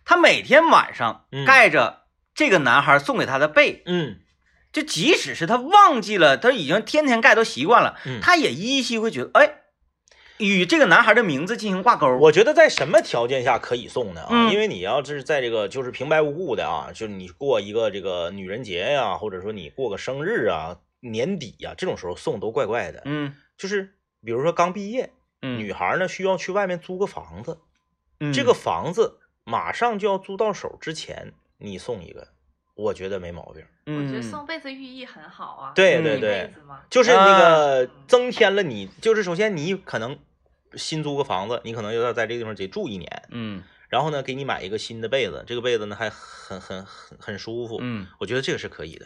[SPEAKER 1] 她每天晚上
[SPEAKER 2] 嗯
[SPEAKER 1] 盖着这个男孩送给她的被，
[SPEAKER 2] 嗯
[SPEAKER 1] 就即使是她忘记了，她已经天天盖都习惯了，
[SPEAKER 2] 嗯，
[SPEAKER 1] 她也依稀会觉得，哎，与这个男孩的名字进行挂钩。
[SPEAKER 2] 我觉得在什么条件下可以送呢？啊，
[SPEAKER 1] 嗯
[SPEAKER 2] 因为你要是在这个就是平白无故的啊，就是你过一个这个女人节呀、或者说你过个生啊日啊、年底呀、这种时候送都怪怪的。
[SPEAKER 1] 嗯
[SPEAKER 2] 就是比如说刚毕业，
[SPEAKER 1] 嗯，
[SPEAKER 2] 女孩呢需要去外面租个房子，
[SPEAKER 1] 嗯
[SPEAKER 2] 这个房子马上就要租到手之前，你送一个，我觉得没毛病。
[SPEAKER 3] 我觉得
[SPEAKER 1] 嗯
[SPEAKER 3] 送被子寓意很好啊，
[SPEAKER 2] 对
[SPEAKER 3] 送
[SPEAKER 1] 对
[SPEAKER 3] 一
[SPEAKER 2] 对
[SPEAKER 3] 辈子嘛
[SPEAKER 2] 就是那个
[SPEAKER 3] 啊
[SPEAKER 2] 增添了你，就是首先你可能新租个房子，你可能就要在这个地方得住一年，
[SPEAKER 1] 嗯
[SPEAKER 2] 然后呢给你买一个新的被子，这个被子呢还很很很很舒服，
[SPEAKER 1] 嗯，
[SPEAKER 2] 我觉得这个是可以的。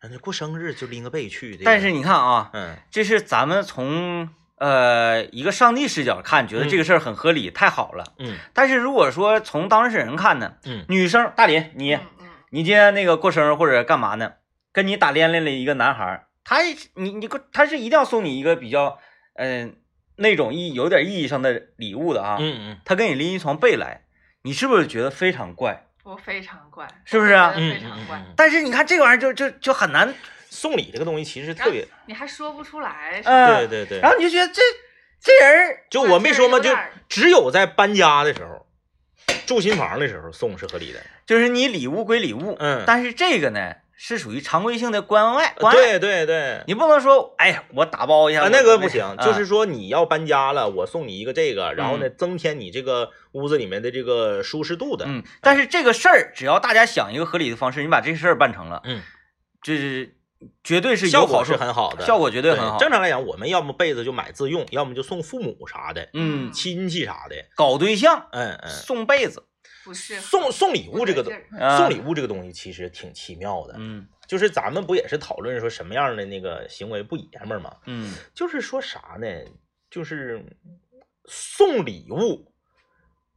[SPEAKER 2] 人家过生日就拎个被去，这个
[SPEAKER 1] 但是你看啊，
[SPEAKER 2] 嗯
[SPEAKER 1] 这是咱们从呃一个上帝视角看，觉得这个事儿很合理，太好了。
[SPEAKER 2] 嗯
[SPEAKER 1] 但是如果说从当事人看呢，
[SPEAKER 2] 嗯
[SPEAKER 1] 女生大林，你、
[SPEAKER 3] 嗯嗯
[SPEAKER 1] 你今天那个过生日或者干嘛呢，跟你打连连了一个男孩儿，他也是你你过他是一定要送你一个比较嗯、呃那种意义有点意义上的礼物的啊，
[SPEAKER 2] 嗯
[SPEAKER 1] 他跟你拎一床被来，你是不是觉得非常怪？
[SPEAKER 3] 我非常怪，
[SPEAKER 1] 是不
[SPEAKER 3] 我
[SPEAKER 1] 是啊
[SPEAKER 3] 觉
[SPEAKER 2] 嗯
[SPEAKER 3] 得非
[SPEAKER 2] 嗯
[SPEAKER 3] 常
[SPEAKER 2] 嗯
[SPEAKER 3] 怪，
[SPEAKER 2] 嗯，
[SPEAKER 1] 但是你看这玩意儿就就就很难，
[SPEAKER 2] 送礼这个东西其实特别，
[SPEAKER 3] 你还说不出来，
[SPEAKER 1] 嗯
[SPEAKER 2] 对对对
[SPEAKER 1] 然，后你就觉得这这人儿
[SPEAKER 2] 就我没说嘛，
[SPEAKER 3] 有
[SPEAKER 2] 就
[SPEAKER 3] 点儿
[SPEAKER 2] 只有在搬家的时候，住新房的时候送是合理的，
[SPEAKER 1] 就是你礼物归礼物，
[SPEAKER 2] 嗯，呃
[SPEAKER 1] 但是这个呢是属于常规性的关爱，关爱
[SPEAKER 2] 对对对。
[SPEAKER 1] 你不能说哎呀我打包一下
[SPEAKER 2] 啊，
[SPEAKER 1] 我
[SPEAKER 2] 那个不
[SPEAKER 1] 准备
[SPEAKER 2] 行，
[SPEAKER 1] 啊
[SPEAKER 2] 就是说你要搬家了，我送你一个这个，然后呢，增添你这个屋子里面的这个舒适度的。
[SPEAKER 1] 嗯，但是这个事儿，只要大家想一个合理的方式，你把这事儿办成了，
[SPEAKER 2] 嗯，
[SPEAKER 1] 这是绝对是有
[SPEAKER 2] 效
[SPEAKER 1] 好
[SPEAKER 2] 果
[SPEAKER 1] 处
[SPEAKER 2] 是很好的，
[SPEAKER 1] 效果绝
[SPEAKER 2] 对
[SPEAKER 1] 对很好。
[SPEAKER 2] 正常来讲，我们要么被子就买自用，要么就送父母啥的，
[SPEAKER 1] 嗯，
[SPEAKER 2] 亲戚啥的。
[SPEAKER 1] 搞对象
[SPEAKER 2] 嗯嗯，
[SPEAKER 1] 送被子，
[SPEAKER 3] 不是
[SPEAKER 2] 送送礼物这个
[SPEAKER 3] 不
[SPEAKER 2] 东
[SPEAKER 3] 得劲儿
[SPEAKER 1] 啊
[SPEAKER 2] 送礼物这个东西其实挺奇妙的，
[SPEAKER 1] 嗯
[SPEAKER 2] 就是咱们不也是讨论说什么样的那个行为不爷们儿吗？
[SPEAKER 1] 嗯
[SPEAKER 2] 就是说啥呢？就是送礼物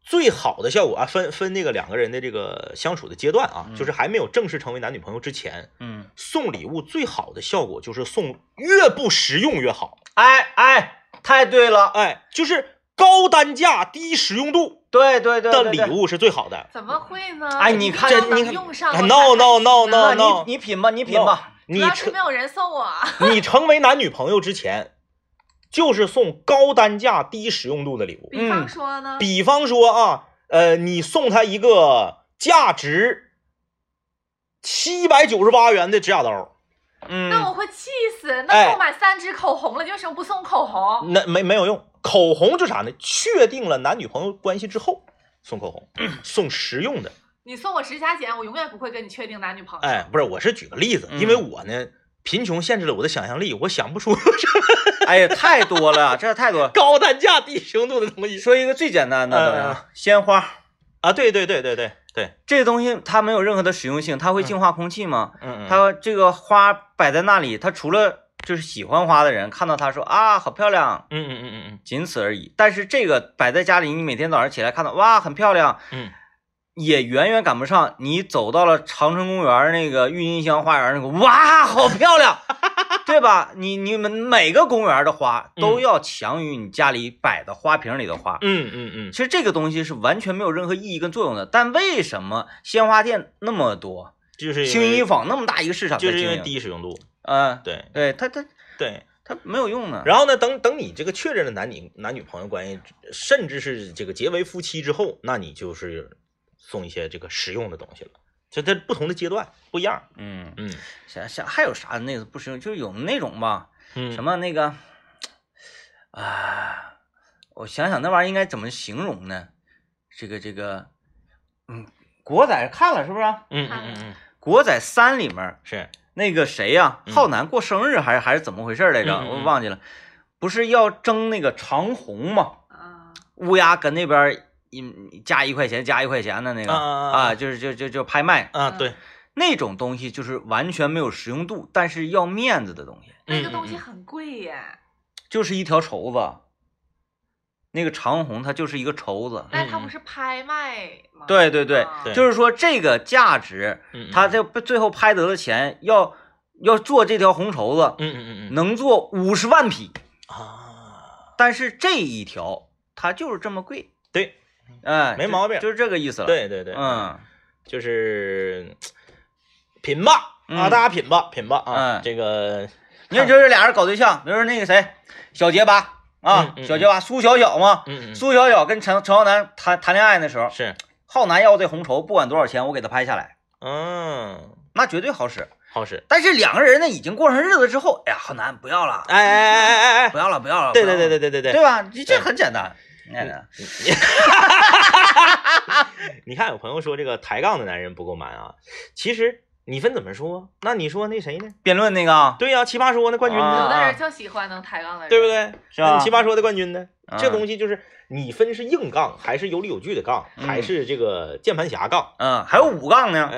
[SPEAKER 2] 最好的效果啊，分分那个两个人的这个相处的阶段啊，
[SPEAKER 1] 嗯
[SPEAKER 2] 就是还没有正式成为男女朋友之前，
[SPEAKER 1] 嗯，
[SPEAKER 2] 送礼物最好的效果就是送越不实用越好。
[SPEAKER 1] 哎哎，太对了，
[SPEAKER 2] 哎，就是高单价低实用度
[SPEAKER 1] 对对对
[SPEAKER 2] 的
[SPEAKER 1] 对
[SPEAKER 2] 礼
[SPEAKER 1] 对
[SPEAKER 2] 物是最好的。
[SPEAKER 3] 怎么会呢？
[SPEAKER 1] 哎你看
[SPEAKER 3] 这
[SPEAKER 2] 你看
[SPEAKER 3] 用上
[SPEAKER 2] 哎
[SPEAKER 3] 我才
[SPEAKER 2] no
[SPEAKER 3] 开
[SPEAKER 2] no
[SPEAKER 3] 心
[SPEAKER 2] no
[SPEAKER 3] 呢
[SPEAKER 2] no
[SPEAKER 1] 那啊你你品吧，你品吧，
[SPEAKER 2] 你
[SPEAKER 3] 主要是
[SPEAKER 2] 成
[SPEAKER 3] 没有人送我，啊
[SPEAKER 2] 你成为男女朋友之前，就是送高单价低实用度的礼物。
[SPEAKER 3] 比方说呢，
[SPEAKER 2] 比方说啊，呃，你送他一个价值七百九十八元的指甲刀，
[SPEAKER 3] 那
[SPEAKER 1] 嗯
[SPEAKER 3] 我会气死。
[SPEAKER 2] 哎
[SPEAKER 3] 那我买三支口红了，你为什么不送口红？
[SPEAKER 2] 那没没有用。口红是啥呢？确定了男女朋友关系之后送口红，送实用的。
[SPEAKER 3] 你送我指甲剪，我永远不会跟你确定男女朋友。
[SPEAKER 2] 哎，不是，我是举个例子，
[SPEAKER 1] 嗯
[SPEAKER 2] 因为我呢，贫穷限制了我的想象力，我想不出
[SPEAKER 1] 哎呀，太多了，这太多了。
[SPEAKER 2] 高单价低实用度的东西
[SPEAKER 1] 说一个最简单的，怎么样？鲜花。
[SPEAKER 2] 啊。对对对对对对，
[SPEAKER 1] 这东西它没有任何的实用性，它会净化空气吗？
[SPEAKER 2] 嗯嗯，
[SPEAKER 1] 它这个花摆在那里，它除了就是喜欢花的人看到它说啊好漂亮，
[SPEAKER 2] 嗯嗯嗯嗯嗯
[SPEAKER 1] 仅此而已。但是这个摆在家里，你每天早上起来看到哇很漂亮，
[SPEAKER 2] 嗯，
[SPEAKER 1] 也远远赶不上你走到了长春公园那个郁金香花园那个哇好漂亮，对吧？你你们每个公园的花都要强于你家里摆的花瓶里的花。
[SPEAKER 2] 嗯嗯嗯
[SPEAKER 1] 其实这个东西是完全没有任何意义跟作用的，但为什么鲜花店那么多，
[SPEAKER 2] 就是因
[SPEAKER 1] 星
[SPEAKER 2] 为
[SPEAKER 1] 一坊那么大一个市场在
[SPEAKER 2] 就是因
[SPEAKER 1] 经
[SPEAKER 2] 为
[SPEAKER 1] 营？
[SPEAKER 2] 低实用度，
[SPEAKER 1] 嗯，
[SPEAKER 2] 对
[SPEAKER 1] 对他他
[SPEAKER 2] 对。
[SPEAKER 1] 他没有用呢。
[SPEAKER 2] 然后呢，等等你这个确认了男女男女朋友关系，甚至是这个结为夫妻之后，那你就是送一些这个实用的东西了。就这不同的阶段不一样，
[SPEAKER 1] 嗯，
[SPEAKER 2] 嗯
[SPEAKER 1] 啥啥还有啥那个不实用，就是有那种吧，
[SPEAKER 2] 嗯
[SPEAKER 1] 什
[SPEAKER 2] 么
[SPEAKER 1] 么那个，啊，我想想那玩意儿应该怎么形容呢？这个这个，嗯，国仔看了是不是啊？
[SPEAKER 2] 嗯嗯嗯嗯
[SPEAKER 1] 国仔三里面
[SPEAKER 2] 是
[SPEAKER 1] 那个谁呀、
[SPEAKER 2] 嗯
[SPEAKER 1] 浩南过生日还是还是怎么回事来着？
[SPEAKER 2] 嗯嗯嗯
[SPEAKER 1] 我忘记了，不是要争那个长虹吗？
[SPEAKER 3] 啊，
[SPEAKER 1] 乌鸦跟那边儿一加一块钱加一块钱的那个
[SPEAKER 2] 啊啊啊
[SPEAKER 1] 啊，就是就就就拍卖
[SPEAKER 2] 啊对，
[SPEAKER 1] 那种东西，就是完全没有实用度，但是要面子的东西，
[SPEAKER 3] 那个东
[SPEAKER 2] 嗯
[SPEAKER 3] 西
[SPEAKER 2] 嗯
[SPEAKER 3] 很贵耶。
[SPEAKER 1] 就是一条绸子。那个长虹它就是一个绸子，
[SPEAKER 3] 但它不是拍卖吗？
[SPEAKER 1] 嗯对对对
[SPEAKER 3] 啊
[SPEAKER 2] 对
[SPEAKER 1] 就是说这个价值，
[SPEAKER 2] 嗯嗯
[SPEAKER 1] 它这最后拍得的钱要要做这条红绸子，
[SPEAKER 2] 嗯嗯嗯嗯
[SPEAKER 1] 能做五十万匹，
[SPEAKER 2] 啊
[SPEAKER 1] 但是这一条它就是这么贵，
[SPEAKER 2] 对
[SPEAKER 1] 哎，
[SPEAKER 2] 嗯没
[SPEAKER 1] 就
[SPEAKER 2] 毛病
[SPEAKER 1] 就是这个意思了。，
[SPEAKER 2] 对对对，
[SPEAKER 1] 嗯，
[SPEAKER 2] 就是品吧啊，
[SPEAKER 1] 嗯
[SPEAKER 2] 大家品吧品吧啊，
[SPEAKER 1] 嗯
[SPEAKER 2] 这个
[SPEAKER 1] 你看，就是俩人搞对象，比如说那个谁，小结巴啊
[SPEAKER 2] 嗯，嗯
[SPEAKER 1] 小结巴苏小小嘛，
[SPEAKER 2] 嗯嗯
[SPEAKER 1] 苏小小跟陈陈浩南谈谈恋爱那时候，
[SPEAKER 2] 是
[SPEAKER 1] 浩南要这红绸，不管多少钱，我给他拍下来，
[SPEAKER 2] 嗯
[SPEAKER 1] 那绝对好使。
[SPEAKER 2] 好使。
[SPEAKER 1] 但是两个人呢，已经过上日子之后，哎呀，浩南不要了，
[SPEAKER 2] 哎哎哎哎哎
[SPEAKER 1] 不要了，不要了，
[SPEAKER 2] 哎，对
[SPEAKER 1] 不要
[SPEAKER 2] 对
[SPEAKER 1] 了
[SPEAKER 2] 对对对对对嗯
[SPEAKER 1] 对，吧？这这很简单，哎呀
[SPEAKER 2] 你看，有朋友说这个抬杠的男人不够 man 啊，其实你分怎么说啊？那你说那谁呢？
[SPEAKER 1] 辩论那个啊
[SPEAKER 2] 对呀、奇葩说那冠军呢，
[SPEAKER 3] 有
[SPEAKER 1] 啊
[SPEAKER 3] 的人就喜欢能抬杠的人，
[SPEAKER 2] 对不？对？
[SPEAKER 1] 是吧嗯
[SPEAKER 2] 那你奇葩说的冠军呢？这
[SPEAKER 1] 西，
[SPEAKER 2] 东西就是你分是硬杠，还是有理有据的杠，
[SPEAKER 1] 嗯？
[SPEAKER 2] 还是这个键盘侠杠
[SPEAKER 1] 嗯，还有五杠呢，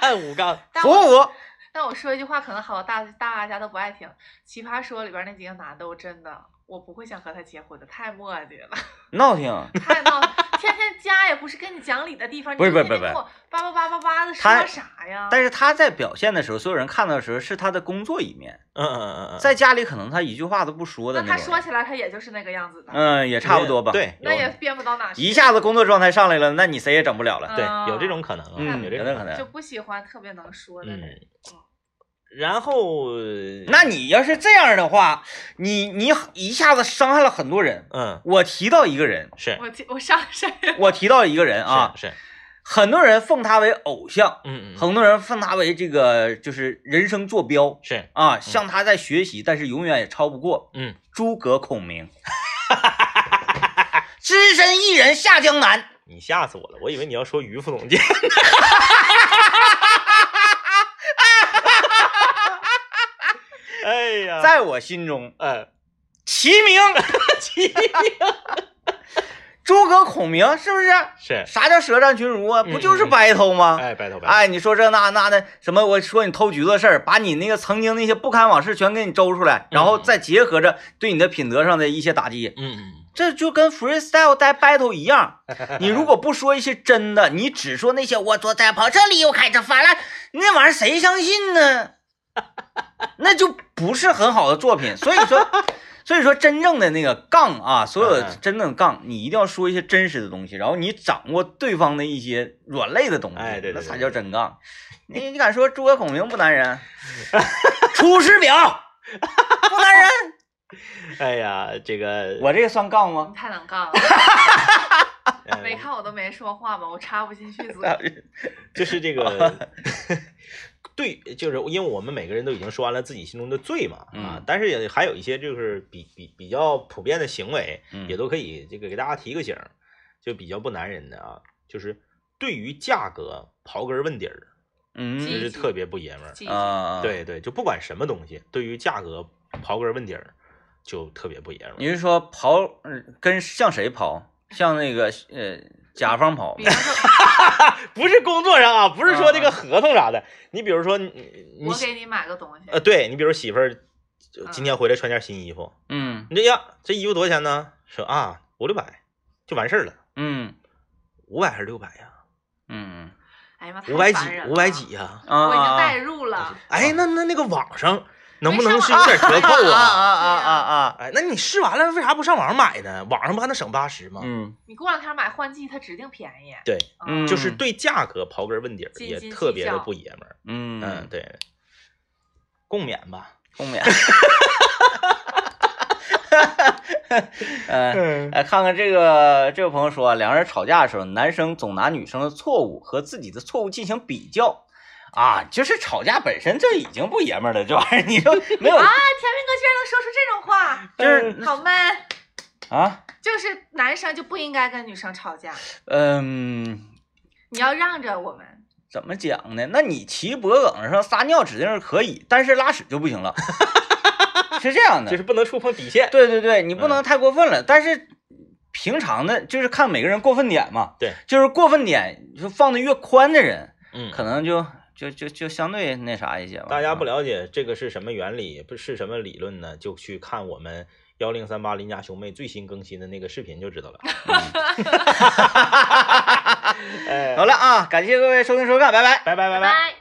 [SPEAKER 2] 嗯五杠，
[SPEAKER 3] 但
[SPEAKER 1] 服
[SPEAKER 3] 我
[SPEAKER 1] 不服？
[SPEAKER 3] 但我说一句话，可能好大大家都不爱听，《奇葩说》里边那几个男的，我真的我不会想和他结婚的，太磨叽了，
[SPEAKER 1] 闹挺。
[SPEAKER 3] 太闹，天天家也不是跟你讲理的地方，你
[SPEAKER 1] 不是不
[SPEAKER 3] 就
[SPEAKER 1] 是
[SPEAKER 3] 天天
[SPEAKER 1] 不
[SPEAKER 3] 跟我叭叭叭叭叭的
[SPEAKER 1] 他
[SPEAKER 3] 说啥呀？
[SPEAKER 1] 但是他在表现的时候，所有人看到的时候是他的工作一面，
[SPEAKER 2] 嗯嗯嗯嗯，
[SPEAKER 1] 在家里可能他一句话都不说的
[SPEAKER 3] 那他
[SPEAKER 1] 种
[SPEAKER 3] 说
[SPEAKER 1] 人。
[SPEAKER 3] 起来，他也就是那个样子的，
[SPEAKER 1] 嗯，也差不多吧。
[SPEAKER 2] 对
[SPEAKER 3] 那也变不到哪去，
[SPEAKER 1] 一下子工作状态上来了，那你谁也整不了了。
[SPEAKER 2] 对
[SPEAKER 3] 啊，
[SPEAKER 2] 有这种可能啊，
[SPEAKER 1] 嗯，
[SPEAKER 2] 有这
[SPEAKER 1] 有
[SPEAKER 2] 种
[SPEAKER 1] 那可
[SPEAKER 2] 能。
[SPEAKER 3] 就
[SPEAKER 1] 能。
[SPEAKER 3] 不喜欢特别能说的人。
[SPEAKER 2] 嗯，然后
[SPEAKER 1] 那你要是这样的话，你你一下子伤害了很多人。
[SPEAKER 2] 嗯
[SPEAKER 1] 我提到一个人，
[SPEAKER 2] 是
[SPEAKER 3] 我记我上身，
[SPEAKER 1] 我提到一个人啊，
[SPEAKER 2] 是是
[SPEAKER 1] 很多人奉他为偶像，
[SPEAKER 2] 嗯嗯嗯
[SPEAKER 1] 很多人奉他为这个就是人生坐标
[SPEAKER 2] 是
[SPEAKER 1] 啊，向他在学习，但是永远也超不过
[SPEAKER 2] 嗯
[SPEAKER 1] 诸葛孔明， 只身一人下江南。
[SPEAKER 2] 你吓死我了，我以为你要说于副总监。哎呀，
[SPEAKER 1] 在我心中，
[SPEAKER 2] 呃，
[SPEAKER 1] 齐 名，
[SPEAKER 2] 七
[SPEAKER 1] 诸葛孔明是不是？
[SPEAKER 2] 是
[SPEAKER 1] 啥叫舌战群儒啊？
[SPEAKER 2] 嗯
[SPEAKER 1] 不就是白头吗？
[SPEAKER 2] 哎，白头白头，
[SPEAKER 1] 哎，你说这那那的什么？我说你偷橘子的事儿，把你那个曾经那些不堪往事全给你周出来，然后再结合着对你的品德上的一些打击，
[SPEAKER 2] 嗯嗯
[SPEAKER 1] 这就跟 freestyle 带 battle 一样，你如果不说一些真的，你只说那些我坐在跑车里，我开着法拉，那玩意儿谁相信呢？ 那就不是很好的作品。所以说， 所以说真正的那个杠啊，所有的
[SPEAKER 2] 嗯
[SPEAKER 1] 真正的杠，你一定要说一些真实的东西，然后你掌握对方的一些软肋的东西，
[SPEAKER 2] 哎对对对
[SPEAKER 1] 那才叫真杠。你你敢说诸葛孔明不男人？ 出师表不男人，
[SPEAKER 2] 嗯，哎呀，这个
[SPEAKER 1] 我这个算杠吗
[SPEAKER 3] 你？太能杠了。
[SPEAKER 2] 呃
[SPEAKER 3] 没看我都没说话吗？我插不进去嘴。
[SPEAKER 1] 呃
[SPEAKER 2] 就是这
[SPEAKER 1] 啊
[SPEAKER 2] 个对，就是因为我们每个人都已经说完了自己心中的罪嘛啊
[SPEAKER 1] 嗯，
[SPEAKER 2] 但是也还有一些就是比比比较普遍的行为，
[SPEAKER 1] 嗯
[SPEAKER 2] 也都可以这个给大家提个醒儿，就比较不男人的啊，就是对于价格刨根问底儿，
[SPEAKER 1] 嗯
[SPEAKER 2] 这
[SPEAKER 3] 积极
[SPEAKER 2] 是特别不爷们儿。
[SPEAKER 3] 记
[SPEAKER 1] 啊，，
[SPEAKER 2] 对对，就不管什么东西，对于价格刨根问底儿，就特别不爷们儿。
[SPEAKER 1] 你是说刨嗯跟向谁刨？向那个呃甲方刨
[SPEAKER 3] 比？方说，
[SPEAKER 2] 不是工作上啊，不是说这
[SPEAKER 1] 啊
[SPEAKER 2] 个合同啥的，你比如说你你
[SPEAKER 3] 我给你买个东西，
[SPEAKER 2] 呃，对你比如媳妇儿就
[SPEAKER 3] 啊
[SPEAKER 2] 今天回来穿件新衣服，
[SPEAKER 1] 嗯
[SPEAKER 2] 你这呀这衣服多少钱呢？说啊五六百就完事儿了，
[SPEAKER 1] 嗯
[SPEAKER 2] 五百还是六百呀？
[SPEAKER 1] 嗯
[SPEAKER 3] 哎呀妈，太
[SPEAKER 2] 五百几
[SPEAKER 3] 烦人，了
[SPEAKER 2] 五百几，呀？
[SPEAKER 1] 啊
[SPEAKER 3] 我已经
[SPEAKER 1] 啊
[SPEAKER 3] 代入了。
[SPEAKER 2] 哎，那那那个网上能不
[SPEAKER 3] 没
[SPEAKER 2] 能
[SPEAKER 3] 上
[SPEAKER 2] 是有点折扣
[SPEAKER 1] 啊
[SPEAKER 2] 啊？
[SPEAKER 1] 啊啊啊！
[SPEAKER 2] 哎，那你试完了为啥不上网买呢？网上不还能省八十吗？
[SPEAKER 1] 嗯
[SPEAKER 3] 你过两天买换季，它指定便宜。啊
[SPEAKER 2] 对，
[SPEAKER 1] 嗯
[SPEAKER 2] 就是对价格刨根问底儿，
[SPEAKER 3] 斤
[SPEAKER 2] 也
[SPEAKER 3] 斤
[SPEAKER 2] 特
[SPEAKER 3] 计
[SPEAKER 2] 别的
[SPEAKER 3] 较
[SPEAKER 2] 不爷们儿。嗯，
[SPEAKER 1] 嗯，
[SPEAKER 2] 对，共勉吧。
[SPEAKER 1] 共 勉。嗯，
[SPEAKER 2] 嗯
[SPEAKER 1] 来看看这个这位朋友说，啊两人吵架的时候，男生总拿女生的错误和自己的错误进行比较，啊，就是吵架本身这已经不爷们儿了，这玩意儿你说没有
[SPEAKER 3] 啊，天明哥居然能说出这种话，
[SPEAKER 1] 就是
[SPEAKER 3] 嗯好 man！
[SPEAKER 1] 啊？
[SPEAKER 3] 就是男生就不应该跟女生吵架，
[SPEAKER 1] 嗯，
[SPEAKER 3] 你要让着我们。
[SPEAKER 1] 怎么讲呢？那你骑脖梗上撒尿指定是可以，但是拉屎就不 行了，是这样的。
[SPEAKER 2] 就是不嗯能触碰底线。
[SPEAKER 1] 对对对，你不能太过分了，但是。平常的，就是看每个人过分点嘛。
[SPEAKER 2] 对，
[SPEAKER 1] 就是过分点，就放的越宽的人，
[SPEAKER 2] 嗯，
[SPEAKER 1] 可能就就就就相对那啥一些吧。啊
[SPEAKER 2] 大家不了解这个是什么原理，不是什么理论呢，就去看我们幺零三八邻家兄妹最新更新的那个视频就知道了。
[SPEAKER 1] 嗯。
[SPEAKER 2] 哎
[SPEAKER 1] 好了啊，感谢各位收听收看，拜拜。
[SPEAKER 2] 嗯拜拜拜拜。
[SPEAKER 3] 拜。